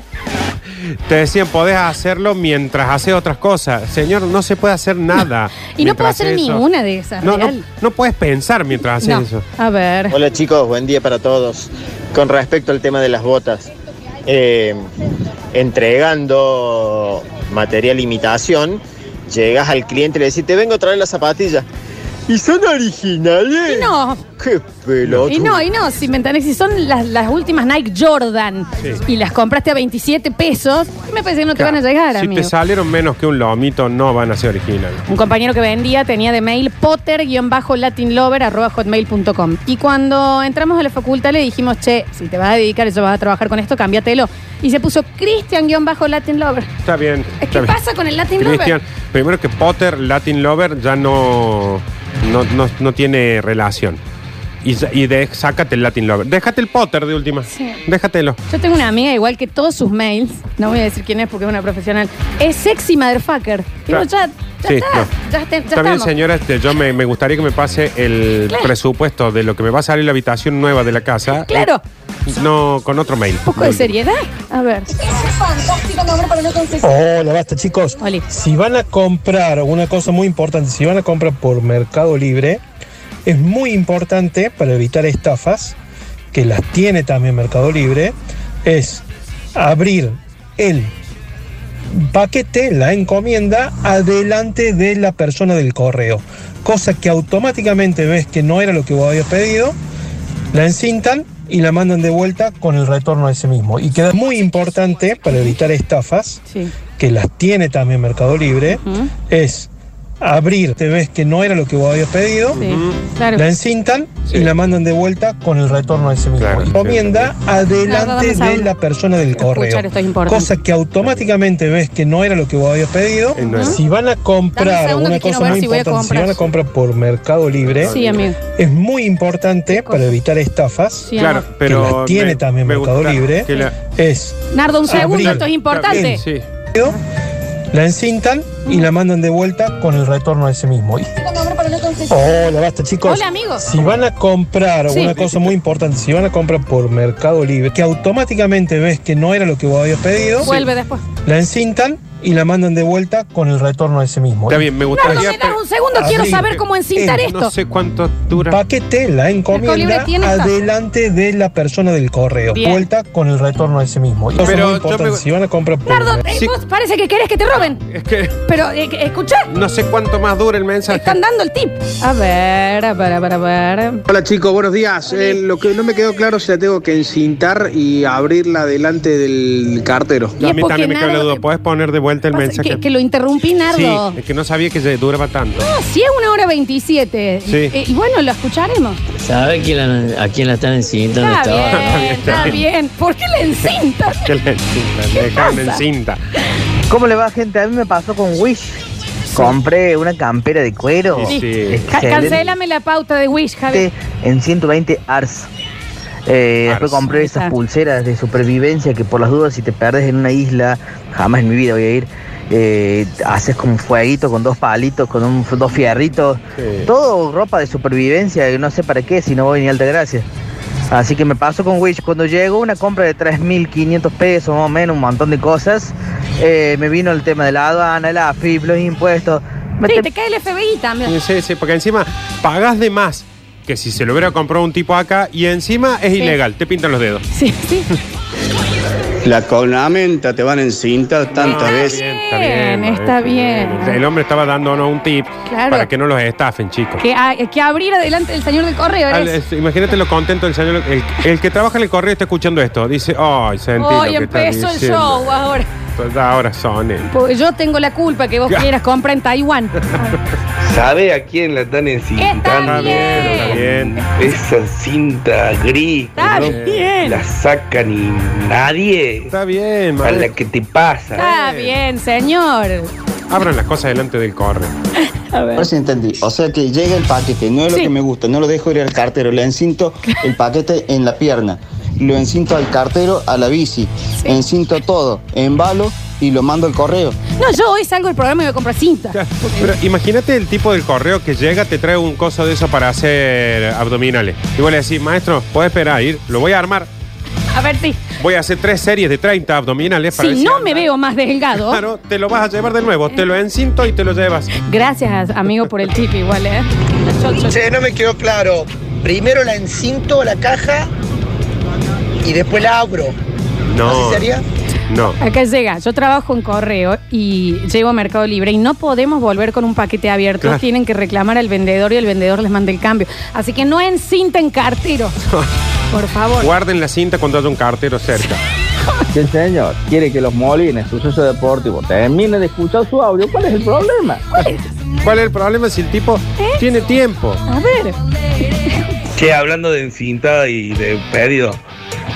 [SPEAKER 3] Te decían, podés hacerlo mientras haces otras cosas. Señor, no se puede hacer nada.
[SPEAKER 2] Y no puedo
[SPEAKER 3] mientras
[SPEAKER 2] hacer
[SPEAKER 3] haces eso.
[SPEAKER 2] ninguna de esas,
[SPEAKER 3] No, no,
[SPEAKER 2] real.
[SPEAKER 3] no puedes pensar mientras haces
[SPEAKER 2] No.
[SPEAKER 3] eso.
[SPEAKER 2] A ver.
[SPEAKER 11] Hola chicos, buen día para todos. Con respecto al tema de las botas, eh, entregando material imitación, llegas al cliente y le decís, te vengo a traer las zapatillas. ¿Y son originales?
[SPEAKER 2] Y no,
[SPEAKER 11] ¡Qué pelotudo!
[SPEAKER 2] y no, y no, si me entendés, si son las, las últimas Nike Jordan y las compraste a 27 pesos, me parece que no te van a llegar,
[SPEAKER 3] si
[SPEAKER 2] amigo.
[SPEAKER 3] te salieron menos que un lomito, no van a ser originales.
[SPEAKER 2] Un compañero que vendía tenía de mail potter-latinlover.hotmail.com. Y cuando entramos a la facultad le dijimos, che, si te vas a dedicar y vas a trabajar con esto, cámbiatelo. Y se puso Christian-latinlover.
[SPEAKER 3] Está bien.
[SPEAKER 2] Es
[SPEAKER 3] está
[SPEAKER 2] que
[SPEAKER 3] bien.
[SPEAKER 2] pasa con el Latin
[SPEAKER 3] Cristian,
[SPEAKER 2] Lover.
[SPEAKER 3] primero que Potter, Latin Lover, ya no, no, no- no tiene relación. Y, sa- y de- sácate el Latin Lover. Déjate el Potter de última. Déjatelo.
[SPEAKER 2] Yo tengo una amiga igual que todos sus mails, no voy a decir quién es porque es una profesional, es sexy motherfucker. Digo,
[SPEAKER 3] Claro.
[SPEAKER 2] ya, ya
[SPEAKER 3] Sí,
[SPEAKER 2] está,
[SPEAKER 3] no.
[SPEAKER 2] ya, está- ya
[SPEAKER 3] También,
[SPEAKER 2] estamos.
[SPEAKER 3] señora, este, yo me, me gustaría que me pase el
[SPEAKER 2] Claro.
[SPEAKER 3] presupuesto de lo que me va a salir la habitación nueva de la casa.
[SPEAKER 2] Claro.
[SPEAKER 3] Eh, No, con otro mail.
[SPEAKER 2] Un poco de seriedad. A ver.
[SPEAKER 8] Hola, basta chicos.
[SPEAKER 2] Oli.
[SPEAKER 8] Si van a comprar una cosa muy importante, si van a comprar por Mercado Libre, es muy importante para evitar estafas, que las tiene también Mercado Libre, es abrir el paquete, la encomienda, adelante de la persona del correo. Cosa que automáticamente ves que no era lo que vos habías pedido, la encintan y la mandan de vuelta con el retorno a ese mismo. Y queda muy importante para evitar estafas, que las tiene también Mercado Libre,
[SPEAKER 2] ¿Mm?
[SPEAKER 8] es abrir, te ves que no era lo que vos habías pedido, la encintan y la mandan de vuelta con el retorno a ese mismo. Encomienda
[SPEAKER 2] Claro,
[SPEAKER 8] adelante
[SPEAKER 2] vamos a
[SPEAKER 8] de la persona del correo.
[SPEAKER 2] escuchar, esto es importante.
[SPEAKER 8] Cosa que automáticamente ves que no era lo que vos habías pedido.
[SPEAKER 3] Eh,
[SPEAKER 8] Si van a
[SPEAKER 2] Dame un
[SPEAKER 8] comprar
[SPEAKER 2] segundo
[SPEAKER 8] alguna
[SPEAKER 2] que quiero
[SPEAKER 8] cosa
[SPEAKER 2] ver
[SPEAKER 8] muy
[SPEAKER 2] si voy a
[SPEAKER 8] importante, si
[SPEAKER 2] comprar.
[SPEAKER 8] van a comprar por Mercado Libre,
[SPEAKER 2] Sí, amigo.
[SPEAKER 8] es muy importante para evitar estafas.
[SPEAKER 2] Sí, Claro,
[SPEAKER 8] que
[SPEAKER 3] pero
[SPEAKER 8] las tiene
[SPEAKER 3] me-
[SPEAKER 8] también
[SPEAKER 3] me
[SPEAKER 8] Mercado
[SPEAKER 3] gusta
[SPEAKER 8] Libre.
[SPEAKER 3] que la-
[SPEAKER 8] Es
[SPEAKER 2] Nardo, un segundo,
[SPEAKER 8] Abrir.
[SPEAKER 2] esto es importante.
[SPEAKER 8] la encintan y la mandan de vuelta con el retorno a ese mismo. Y- Hola, basta chicos.
[SPEAKER 2] Hola, amigos.
[SPEAKER 8] Si van a comprar
[SPEAKER 2] Sí.
[SPEAKER 8] una cosa muy importante, si van a comprar por Mercado Libre, que automáticamente ves que no era lo que vos habías pedido,
[SPEAKER 2] Vuelve después.
[SPEAKER 8] la encintan y la mandan de vuelta con el retorno a ese mismo.
[SPEAKER 3] Está bien, me gustaría.
[SPEAKER 2] Nardo, me das un segundo,
[SPEAKER 8] Abrir.
[SPEAKER 2] quiero saber cómo encintar
[SPEAKER 8] Eh,
[SPEAKER 2] esto.
[SPEAKER 3] No sé cuánto dura.
[SPEAKER 8] Paquete, la
[SPEAKER 2] Libre
[SPEAKER 8] encomienda
[SPEAKER 2] tiene esta.
[SPEAKER 8] adelante de la persona del correo.
[SPEAKER 2] Bien.
[SPEAKER 8] Vuelta con el retorno a ese mismo. Y
[SPEAKER 3] Pero
[SPEAKER 8] Pero
[SPEAKER 3] yo me-
[SPEAKER 8] si van a comprar por
[SPEAKER 2] Nardo, eh, vos parece que querés que te roben.
[SPEAKER 3] Es que
[SPEAKER 2] Pero, eh, escuchá,
[SPEAKER 3] no sé cuánto más dura el mensaje.
[SPEAKER 2] están dando el tip. A ver, a ver, a ver, a ver.
[SPEAKER 12] Hola chicos, buenos días. Eh, lo que no me quedó claro es si la tengo que encintar y abrirla delante del cartero.
[SPEAKER 3] No, a mí
[SPEAKER 2] porque
[SPEAKER 3] también me queda la
[SPEAKER 2] Nardo-
[SPEAKER 3] duda. ¿Puedes poner de vuelta el
[SPEAKER 2] Pasa
[SPEAKER 3] mensaje?
[SPEAKER 2] Que, que lo interrumpí, Nardo.
[SPEAKER 3] sí, es que no sabía que se duraba tanto.
[SPEAKER 2] No, si es una hora 27.
[SPEAKER 3] Sí.
[SPEAKER 2] Eh, y bueno, lo escucharemos.
[SPEAKER 13] ¿Sabe quién la- a quién la están encintando?
[SPEAKER 2] Está
[SPEAKER 13] esta hora?
[SPEAKER 2] bien, está bien. ¿Por qué le encintan?
[SPEAKER 3] Que le encinta, le dejaron
[SPEAKER 14] pasa?
[SPEAKER 3] encinta.
[SPEAKER 14] ¿Cómo le va, gente? A mí me pasó con Wish. Compré una campera de cuero.
[SPEAKER 2] Oh,
[SPEAKER 3] Sí, sí.
[SPEAKER 2] Ca-
[SPEAKER 14] excelente,
[SPEAKER 2] Cancélame la pauta de Wish, Javi.
[SPEAKER 14] En 120 ARS. Eh, después compré esas pulseras de supervivencia que por las dudas si te perdes en una isla, jamás en mi vida voy a ir, eh, haces como un fueguito con dos palitos, con un- dos fierritos. Todo ropa de supervivencia, que no sé para qué, si no voy ni a Altagracia. Así que me paso con Wish. Cuando llegó una compra de 3.500 pesos, más o menos, un montón de cosas, eh, me vino el tema de la aduana, la AFIP, los impuestos. Me
[SPEAKER 2] Sí,
[SPEAKER 14] te-
[SPEAKER 2] te cae el FBI también.
[SPEAKER 3] Sí, sí, porque encima pagas de más que si se lo hubiera comprado un tipo acá y encima es
[SPEAKER 2] Sí.
[SPEAKER 3] ilegal. Te pintan los dedos.
[SPEAKER 2] Sí, sí.
[SPEAKER 10] La cornamenta te van a encintar tantas veces.
[SPEAKER 3] Está bien, eh.
[SPEAKER 2] Bien, está bien.
[SPEAKER 3] El hombre estaba dándonos un tip
[SPEAKER 2] Claro.
[SPEAKER 3] para que no los estafen, chicos.
[SPEAKER 2] Que, a- que abrir adelante el señor del correo.
[SPEAKER 3] Al-
[SPEAKER 2] eres.
[SPEAKER 3] es- imagínate lo contento del señor. El, el que trabaja en el correo está escuchando esto. Dice, ay, sentí lo
[SPEAKER 2] Hoy
[SPEAKER 3] que están
[SPEAKER 2] empezó el
[SPEAKER 3] diciendo".
[SPEAKER 2] show ahora.
[SPEAKER 3] Pues Ahora son él.
[SPEAKER 2] Porque yo tengo la culpa que vos quieras comprar en Taiwán.
[SPEAKER 15] ¿Sabe a quién la están encintando?
[SPEAKER 2] Está
[SPEAKER 15] Esa cinta gris. que
[SPEAKER 2] Está
[SPEAKER 15] no
[SPEAKER 2] bien.
[SPEAKER 15] La saca ni nadie.
[SPEAKER 3] Está bien,
[SPEAKER 15] A la que te pasa.
[SPEAKER 2] Está bien, señor.
[SPEAKER 3] Abran las cosas delante del correo.
[SPEAKER 2] A ver.
[SPEAKER 16] Ahora sí entendí. O sea que llega el paquete, no es
[SPEAKER 2] Sí.
[SPEAKER 16] lo que me gusta, no lo dejo ir al cartero, le encinto el paquete en la pierna, lo encinto al cartero a la bici, encinto todo, embalo y lo mando al correo.
[SPEAKER 2] No, yo hoy salgo del programa y voy a comprar cinta.
[SPEAKER 3] Pero imagínate el tipo del correo que llega, te trae un coso de eso para hacer abdominales. Y vos le decís, maestro, puedes esperar, ir, lo voy a armar.
[SPEAKER 2] A ver, sí.
[SPEAKER 3] Voy a hacer tres series de 30 abdominales para
[SPEAKER 2] Si
[SPEAKER 3] decir,
[SPEAKER 2] no me veo más delgado.
[SPEAKER 3] claro, te lo vas a llevar de nuevo, te lo encinto y te lo llevas.
[SPEAKER 2] Gracias, amigo, por el tip igual, ¿eh?
[SPEAKER 17] Che, no me quedó claro. Primero la encinto la caja y después la abro.
[SPEAKER 3] No.
[SPEAKER 17] ¿Así sería?
[SPEAKER 3] No.
[SPEAKER 2] Acá llega, yo trabajo en correo y llevo a Mercado Libre y no podemos volver con un paquete abierto.
[SPEAKER 3] Claro.
[SPEAKER 2] Tienen que reclamar al vendedor y el vendedor les manda el cambio. Así que no encinten cartero. Por favor.
[SPEAKER 3] Guarden la cinta cuando haya un cartero cerca.
[SPEAKER 9] Si el señor quiere que los molines, suceso deportivo, terminen de escuchar su audio, ¿cuál es el problema?
[SPEAKER 3] ¿Cuál es el problema si el tipo tiene tiempo?
[SPEAKER 2] A ver.
[SPEAKER 15] Che, hablando de encintada y de pedido,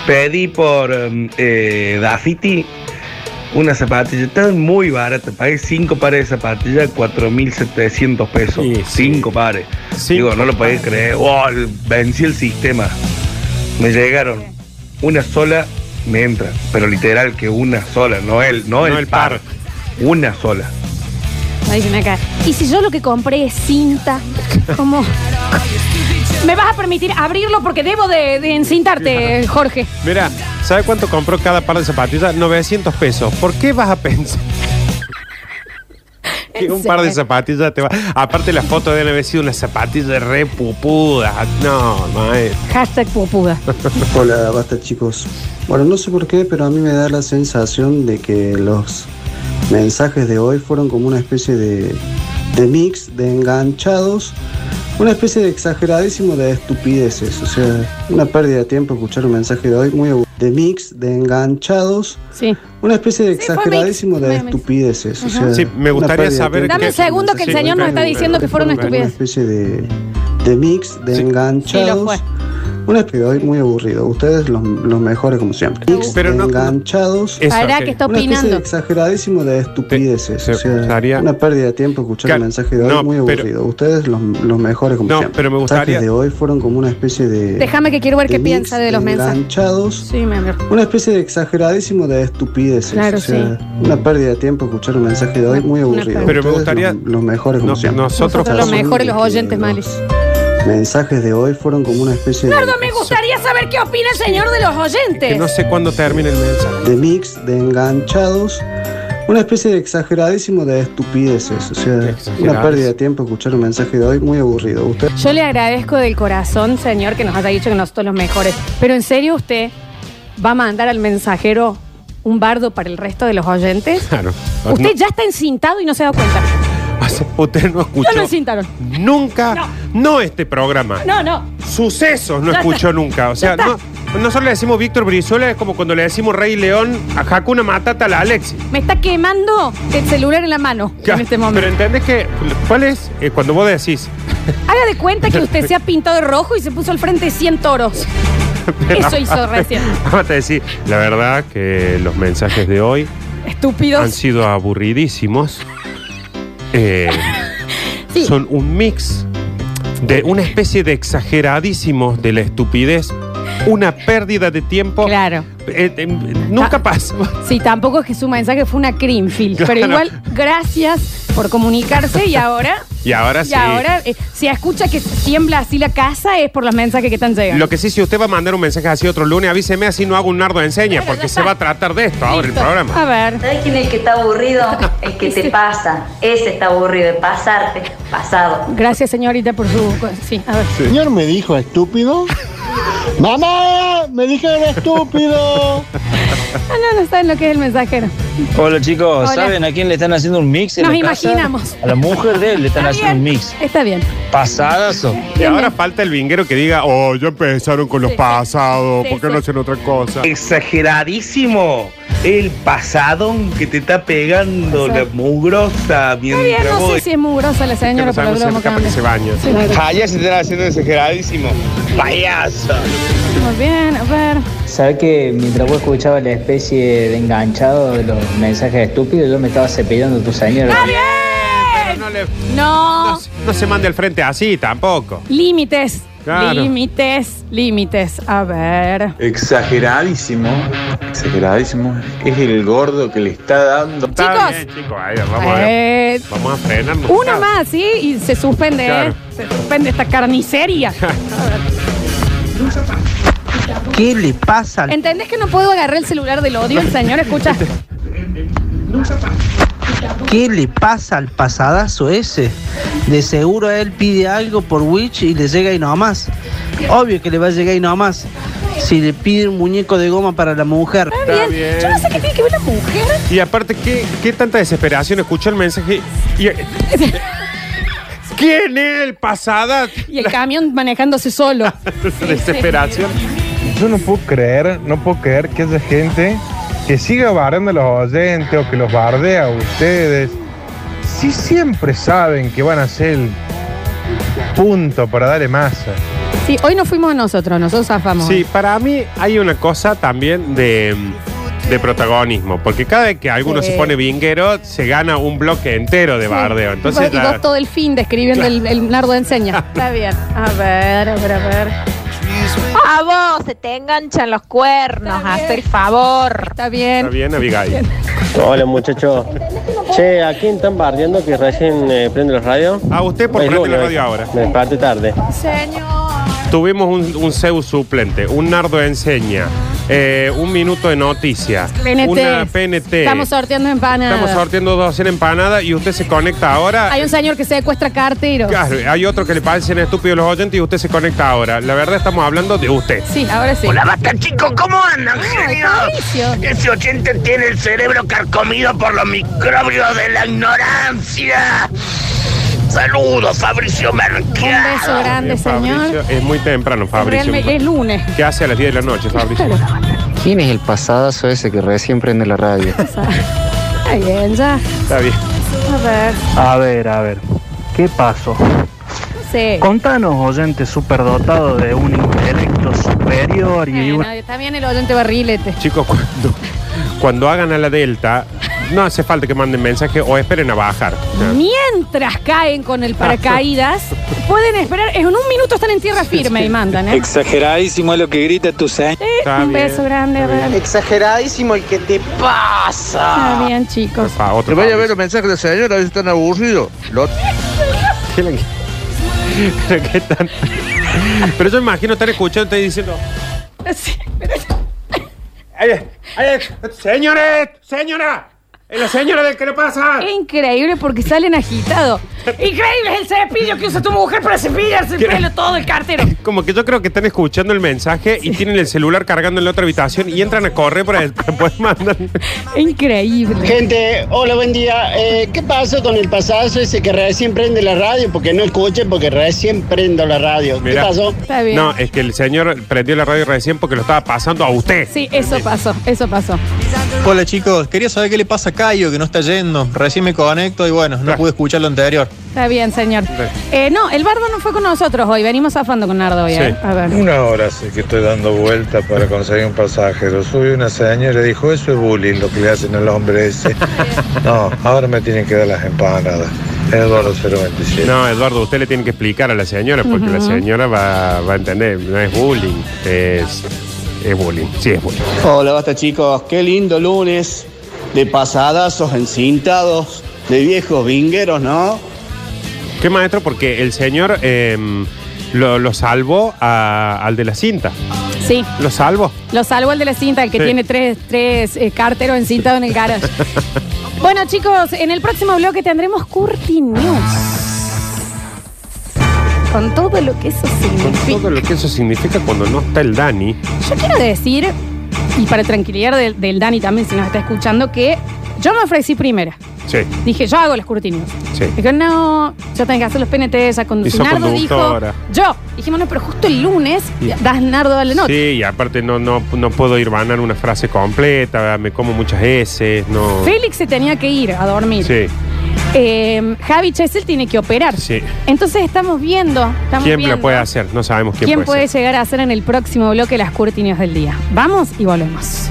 [SPEAKER 15] pedí por em, eh, Dafiti una zapatilla. Están muy barata. Pagué cinco pares de zapatillas, 4.700 pesos. Cinco pares. Digo, no lo podés creer. Oh, el- vencí el sistema. Me llegaron. Una sola me entra. Pero literal que una sola, no el, no el, par. Una sola.
[SPEAKER 2] Ahí viene acá. Y si yo lo que compré es cinta, ¿cómo? ¿Me vas a permitir abrirlo porque debo de, de encintarte, Jorge?
[SPEAKER 3] Mira, ¿sabe cuánto compró cada par de zapatillas? 900 pesos. ¿Por qué vas a pensar? Que un par de zapatillas te va. Aparte, la foto deben haber sido unas zapatillas re pupudas. No, no es.
[SPEAKER 2] Hashtag popuda.
[SPEAKER 18] Hola, basta chicos. Bueno, no sé por qué, pero a mí me da la sensación de que los
[SPEAKER 8] mensajes de hoy fueron como una especie de, de mix de enganchados, una especie de exageradísimo de estupideces, o sea, una pérdida de tiempo escuchar un mensaje de hoy muy abu- de mix de enganchados, una especie de exageradísimo de estupideces, o
[SPEAKER 3] Ajá.
[SPEAKER 8] sea,
[SPEAKER 3] Sí, me
[SPEAKER 8] una
[SPEAKER 3] gustaría
[SPEAKER 8] pérdida de
[SPEAKER 3] saber
[SPEAKER 8] tiempo.
[SPEAKER 2] Dame un segundo que el señor nos está diciendo que fueron
[SPEAKER 8] Una
[SPEAKER 2] estupideces.
[SPEAKER 8] especie de, de mix de enganchados.
[SPEAKER 2] fue.
[SPEAKER 8] Una especie de hoy muy aburrido. Ustedes los, los mejores como siempre. Mix de enganchados.
[SPEAKER 3] Eso, Pará, ok. que está
[SPEAKER 8] Una especie
[SPEAKER 3] opinando.
[SPEAKER 8] de exageradísimo de estupideces. o sea, una pérdida de tiempo escuchar
[SPEAKER 3] Ca-
[SPEAKER 8] el mensaje de hoy
[SPEAKER 3] no,
[SPEAKER 8] muy
[SPEAKER 3] pero-
[SPEAKER 8] aburrido. Ustedes los, los mejores como
[SPEAKER 3] No,
[SPEAKER 8] siempre.
[SPEAKER 3] pero me
[SPEAKER 8] Los mensajes
[SPEAKER 3] gustaría-
[SPEAKER 8] de hoy fueron como una especie de...
[SPEAKER 2] Déjame que quiero ver
[SPEAKER 8] de
[SPEAKER 2] qué
[SPEAKER 8] mix,
[SPEAKER 2] piensa de los
[SPEAKER 8] de
[SPEAKER 2] mensajes. Sí, mi amor.
[SPEAKER 8] Una especie de exageradísimo de estupideces.
[SPEAKER 2] Claro,
[SPEAKER 8] o sea, Una pérdida de tiempo escuchar un mensaje de hoy muy aburrido.
[SPEAKER 3] Pero me
[SPEAKER 8] Ustedes
[SPEAKER 3] gustaría-
[SPEAKER 8] Los, los mejores como
[SPEAKER 3] No,
[SPEAKER 8] siempre.
[SPEAKER 3] nosotros-
[SPEAKER 2] Nosotros los mejores, los oyentes malos.
[SPEAKER 8] mensajes de hoy fueron como una especie de...
[SPEAKER 2] Nardo, me gustaría saber qué opina el señor de los
[SPEAKER 3] Que no
[SPEAKER 2] oyentes.
[SPEAKER 3] sé cuándo termina el mensaje.
[SPEAKER 8] de mix, de enganchados, una especie de exageradísimo de estupideces. O sea, una pérdida de tiempo escuchar un mensaje de hoy muy aburrido. Usted
[SPEAKER 2] Yo le agradezco del corazón, señor, que nos haya dicho que nosotros los mejores. Pero en serio, usted va a mandar al mensajero un bardo para el resto de los oyentes.
[SPEAKER 3] Claro.
[SPEAKER 2] Usted ya está encintado y no se ha dado cuenta.
[SPEAKER 3] No, usted no escuchó
[SPEAKER 2] No lo encintaron.
[SPEAKER 3] nunca, no. este programa.
[SPEAKER 2] No, no.
[SPEAKER 3] Sucesos no
[SPEAKER 2] Ya
[SPEAKER 3] escuchó
[SPEAKER 2] está.
[SPEAKER 3] nunca. O sea,
[SPEAKER 2] Ya
[SPEAKER 3] no,
[SPEAKER 2] está.
[SPEAKER 3] nosotros le decimos Víctor Brizuela, es como cuando le decimos Rey León a Hakuna Matata a la Alexi.
[SPEAKER 2] Me está quemando el celular en la mano en este
[SPEAKER 3] Pero
[SPEAKER 2] momento.
[SPEAKER 3] entendés que, ¿cuál es? Eh, cuando vos decís,
[SPEAKER 2] Haga de cuenta que usted se ha pintado de rojo y se puso al frente 100 toros. Eso hizo recién.
[SPEAKER 3] Vamos a decir, la verdad que los mensajes de hoy han
[SPEAKER 2] Estúpidos.
[SPEAKER 3] sido aburridísimos. Eh,
[SPEAKER 2] Sí.
[SPEAKER 3] Son un mix de una especie de exageradísimos de la estupidez, una pérdida de tiempo.
[SPEAKER 2] Claro.
[SPEAKER 3] Eh, eh, nunca pasa.
[SPEAKER 2] Sí, tampoco es que su mensaje fue una crinfield.
[SPEAKER 3] Claro.
[SPEAKER 2] Pero igual, gracias por comunicarse y ahora.
[SPEAKER 3] Y
[SPEAKER 2] y
[SPEAKER 3] ahora Ah, sí.
[SPEAKER 2] ahora, eh, si escucha que tiembla así la casa, es por los mensajes que están llegando.
[SPEAKER 3] Lo que sí, si usted va a mandar un mensaje así otro lunes, avíseme así no hago un nardo de enseña, porque se va a tratar de esto ahora el programa.
[SPEAKER 2] A ver.
[SPEAKER 19] ¿Sabes quién es el que está aburrido? El que te pasa. Ese está aburrido, de pasarte, pasado.
[SPEAKER 2] Gracias, señorita, por su. Sí, a ver.
[SPEAKER 20] Señor me dijo estúpido. Mamá, me dijeron estúpido.
[SPEAKER 2] No, Ah, no, no saben lo que es el mensajero.
[SPEAKER 21] Hola chicos,
[SPEAKER 2] Hola.
[SPEAKER 21] ¿saben a quién le están haciendo un mix? en
[SPEAKER 2] Nos
[SPEAKER 21] la casa?
[SPEAKER 2] imaginamos.
[SPEAKER 21] A la mujer de él le están haciendo un mix.
[SPEAKER 2] Está bien.
[SPEAKER 21] Pasadazo.
[SPEAKER 3] Y ahora falta el vinguero que diga, oh, ya empezaron con los pasados,
[SPEAKER 2] Ah, Sí,
[SPEAKER 3] ¿por qué
[SPEAKER 2] sí.
[SPEAKER 3] no hacen otra cosa?
[SPEAKER 22] Exageradísimo. El pasado que te está pegando
[SPEAKER 2] Pasado.
[SPEAKER 22] la mugrosa
[SPEAKER 2] Está bien,
[SPEAKER 22] mientras
[SPEAKER 2] no sé
[SPEAKER 22] voy.
[SPEAKER 2] si es mugrosa la señora, pero lo bromo cambia. Sí, claro.
[SPEAKER 22] Allá se están haciendo exageradísimo. Payaso.
[SPEAKER 2] Muy bien, a ver.
[SPEAKER 9] ¿Sabes que mientras vos escuchabas la especie de enganchado de los mensajes estúpidos, yo me estaba cepillando tu señora?
[SPEAKER 2] ¡Está bien!
[SPEAKER 3] No, le-
[SPEAKER 2] No.
[SPEAKER 3] no se mande al frente así tampoco.
[SPEAKER 2] Límites.
[SPEAKER 3] Claro.
[SPEAKER 2] Límites, límites. A ver.
[SPEAKER 23] Exageradísimo, exageradísimo. Es el gordo que le está dando.
[SPEAKER 2] Está Chicos. bien,
[SPEAKER 3] chicos,
[SPEAKER 2] vamos a- Eh.
[SPEAKER 3] vamos a frenarnos.
[SPEAKER 2] Uno más, ¿sí? Y se suspende, ¿eh?
[SPEAKER 3] Claro.
[SPEAKER 2] Se suspende esta carnicería.
[SPEAKER 5] ¿Qué le pasa al
[SPEAKER 2] ¿Entendés que no puedo agarrar el celular del odio? El señor escucha.
[SPEAKER 5] ¿Qué le pasa al pasadazo ese? De seguro él pide algo por Witch y le llega y no más. Obvio que le va a llegar y no más. Si le pide un muñeco de goma para la mujer.
[SPEAKER 2] Bien. Yo no sé qué tiene que ver la mujer.
[SPEAKER 3] Y aparte, ¿qué, qué tanta desesperación? Escuchó el mensaje y... ¿Quién es el pasada?
[SPEAKER 2] Y el camión manejándose solo.
[SPEAKER 3] Desesperación.
[SPEAKER 24] Yo no puedo creer, no puedo creer que haya gente que siga bardeando a los oyentes o que los bardea a ustedes. Si siempre saben que van a ser el punto para darle masa.
[SPEAKER 2] Sí, hoy no fuimos nosotros, nosotros zafamos.
[SPEAKER 3] Sí, para mí hay una cosa también de, de protagonismo, porque cada vez que alguno
[SPEAKER 2] Sí.
[SPEAKER 3] se pone vinguero, se gana un bloque entero de bardeo. Entonces,
[SPEAKER 2] y vos
[SPEAKER 3] la-
[SPEAKER 2] todo el fin describiendo
[SPEAKER 3] Claro.
[SPEAKER 2] el, el nardo de enseña. Está bien. A ver, a ver, a ver.
[SPEAKER 25] A vos, se te enganchan los cuernos, hace el favor.
[SPEAKER 2] Está bien.
[SPEAKER 3] Está bien, Abigail.
[SPEAKER 7] Hola muchachos. Che, ¿a quién están bardeando que recién eh, prende la radio?
[SPEAKER 3] A usted por prender la radio ahora.
[SPEAKER 7] Me parte tarde.
[SPEAKER 2] Señor.
[SPEAKER 3] tuvimos un, un Zeus suplente, un Nardo enseña, Eh, un minuto de noticia.
[SPEAKER 2] PNT.
[SPEAKER 3] Una PNT.
[SPEAKER 2] Estamos sorteando empanadas.
[SPEAKER 3] Estamos sorteando dos en empanada y usted se conecta ahora.
[SPEAKER 2] Hay un señor que secuestra carteros.
[SPEAKER 3] Claro, hay otro que le parecen estúpidos los oyentes y usted se conecta ahora. La verdad estamos hablando de usted.
[SPEAKER 2] Sí, ahora sí.
[SPEAKER 26] Hola, basta chicos, ¿cómo andan? genio?
[SPEAKER 2] Mauricio.
[SPEAKER 26] Ese 80 tiene el cerebro carcomido por los microbios de la ignorancia. Saludos, Fabricio Merquiano.
[SPEAKER 2] Un beso grande,
[SPEAKER 3] Eh, Fabricio,
[SPEAKER 2] señor.
[SPEAKER 3] Es muy temprano, Fabricio.
[SPEAKER 2] Realmente es lunes.
[SPEAKER 3] ¿Qué hace a las 10 de la noche, Fabricio?
[SPEAKER 6] ¿Quién es el pasadazo ese que recién prende la radio?
[SPEAKER 2] Está bien, ya.
[SPEAKER 3] Está bien.
[SPEAKER 2] A ver,
[SPEAKER 6] A ver, a ver. ¿Qué pasó?
[SPEAKER 2] no sé.
[SPEAKER 6] Contanos, oyente superdotado de un intelecto superior y
[SPEAKER 2] Bueno, está bien el oyente barrilete.
[SPEAKER 3] Chicos, cuando, cuando hagan a la Delta, no hace falta que manden mensaje o esperen a bajar. O sea,
[SPEAKER 2] Mientras caen con el paracaídas, pueden esperar. En un minuto están en tierra firme y mandan, ¿eh?
[SPEAKER 8] Exageradísimo es lo que grita tu señor.
[SPEAKER 3] Está
[SPEAKER 2] un
[SPEAKER 3] bien,
[SPEAKER 2] beso grande, a ver.
[SPEAKER 27] Exageradísimo el que te pasa.
[SPEAKER 2] Está bien, chicos.
[SPEAKER 3] pa- otro
[SPEAKER 28] vaya a ver los mensajes de señor, a veces están aburridos. Lo-
[SPEAKER 3] Fabricio. Pero qué tan- Pero yo me imagino estar escuchando y diciendo.
[SPEAKER 2] Sí.
[SPEAKER 3] "Ay, ay, ¡Señores! ¡Señora! ¡Es la señora del que le pasa!
[SPEAKER 2] Es increíble porque salen agitados. Increíble es el cepillo que usa tu mujer para cepillarse el
[SPEAKER 3] ¿Qué?
[SPEAKER 2] pelo todo el cartero.
[SPEAKER 3] Como que yo creo que están escuchando el mensaje y tienen el celular cargando en la otra habitación y entran a correr pues para después mandar.
[SPEAKER 2] Increíble.
[SPEAKER 8] Gente, hola, buen día. Eh, ¿Qué pasó con el pasazo ese que recién prende la radio? Porque no escuche, porque recién prendo la radio.
[SPEAKER 3] Mira.
[SPEAKER 8] ¿Qué pasó?
[SPEAKER 2] Está bien.
[SPEAKER 3] No, es que el señor prendió la radio recién porque lo estaba pasando a usted.
[SPEAKER 2] Sí, eso pasó, eso pasó.
[SPEAKER 5] Hola chicos, quería saber qué le pasa a Cayo que no está yendo. Recién me conecto y bueno, no pude escuchar lo anterior.
[SPEAKER 2] Está bien, señor. Eh, no, el bardo no fue con nosotros hoy. Venimos zafando con Nardo hoy. ¿eh? A ver.
[SPEAKER 9] Una hora hace que estoy dando vuelta para conseguir un pasajero. Subió una señora y le dijo, eso es bullying lo que le hacen al hombre ese. No, ahora me tienen que dar las empanadas. Eduardo 027.
[SPEAKER 3] No, Eduardo, usted le tiene que explicar a la señora porque
[SPEAKER 9] Ujú.
[SPEAKER 3] la señora va, va a entender. No es bullying, es, es bullying. Sí, es bullying.
[SPEAKER 8] Hola, basta chicos. Qué lindo lunes de pasadazos encintados, de viejos vingueros, ¿no?
[SPEAKER 3] ¿Qué maestro? Porque el señor eh, lo, lo salvó a- al de la cinta.
[SPEAKER 2] Sí.
[SPEAKER 3] Lo salvó.
[SPEAKER 2] Lo salvo el de la cinta, el que
[SPEAKER 3] Sí.
[SPEAKER 2] tiene tres, tres eh, carteros encintados en el garage. bueno, chicos, en el próximo bloque tendremos Curti News. Con todo lo que eso
[SPEAKER 3] Con
[SPEAKER 2] significa.
[SPEAKER 3] todo lo que eso significa cuando no está el Dani.
[SPEAKER 2] Yo quiero decir, y para tranquilidad del, del Dani también, si nos está escuchando, que yo me ofrecí primera.
[SPEAKER 3] Sí,
[SPEAKER 2] Dije, yo hago los curtinios.
[SPEAKER 3] sí.
[SPEAKER 2] Dijo, no, yo tengo que hacer los PNT, ya cuando
[SPEAKER 3] Y sos
[SPEAKER 2] Nardo dijo,
[SPEAKER 3] conductora.
[SPEAKER 2] yo. Dijimos, no, pero justo el lunes
[SPEAKER 3] Y-
[SPEAKER 2] das Nardo a la noche.
[SPEAKER 3] Sí, y aparte no, no, no puedo ir banar una frase completa, me como muchas S, no.
[SPEAKER 2] Félix se tenía que ir a dormir.
[SPEAKER 3] Sí,
[SPEAKER 2] Eh, Javi Chesel tiene que operar.
[SPEAKER 3] sí.
[SPEAKER 2] Entonces estamos viendo, estamos
[SPEAKER 3] ¿Quién
[SPEAKER 2] viendo
[SPEAKER 3] lo puede hacer? No sabemos quién,
[SPEAKER 2] quién puede
[SPEAKER 3] puede ser.
[SPEAKER 2] llegar a hacer en el próximo bloque las curtinios del día. Vamos y volvemos.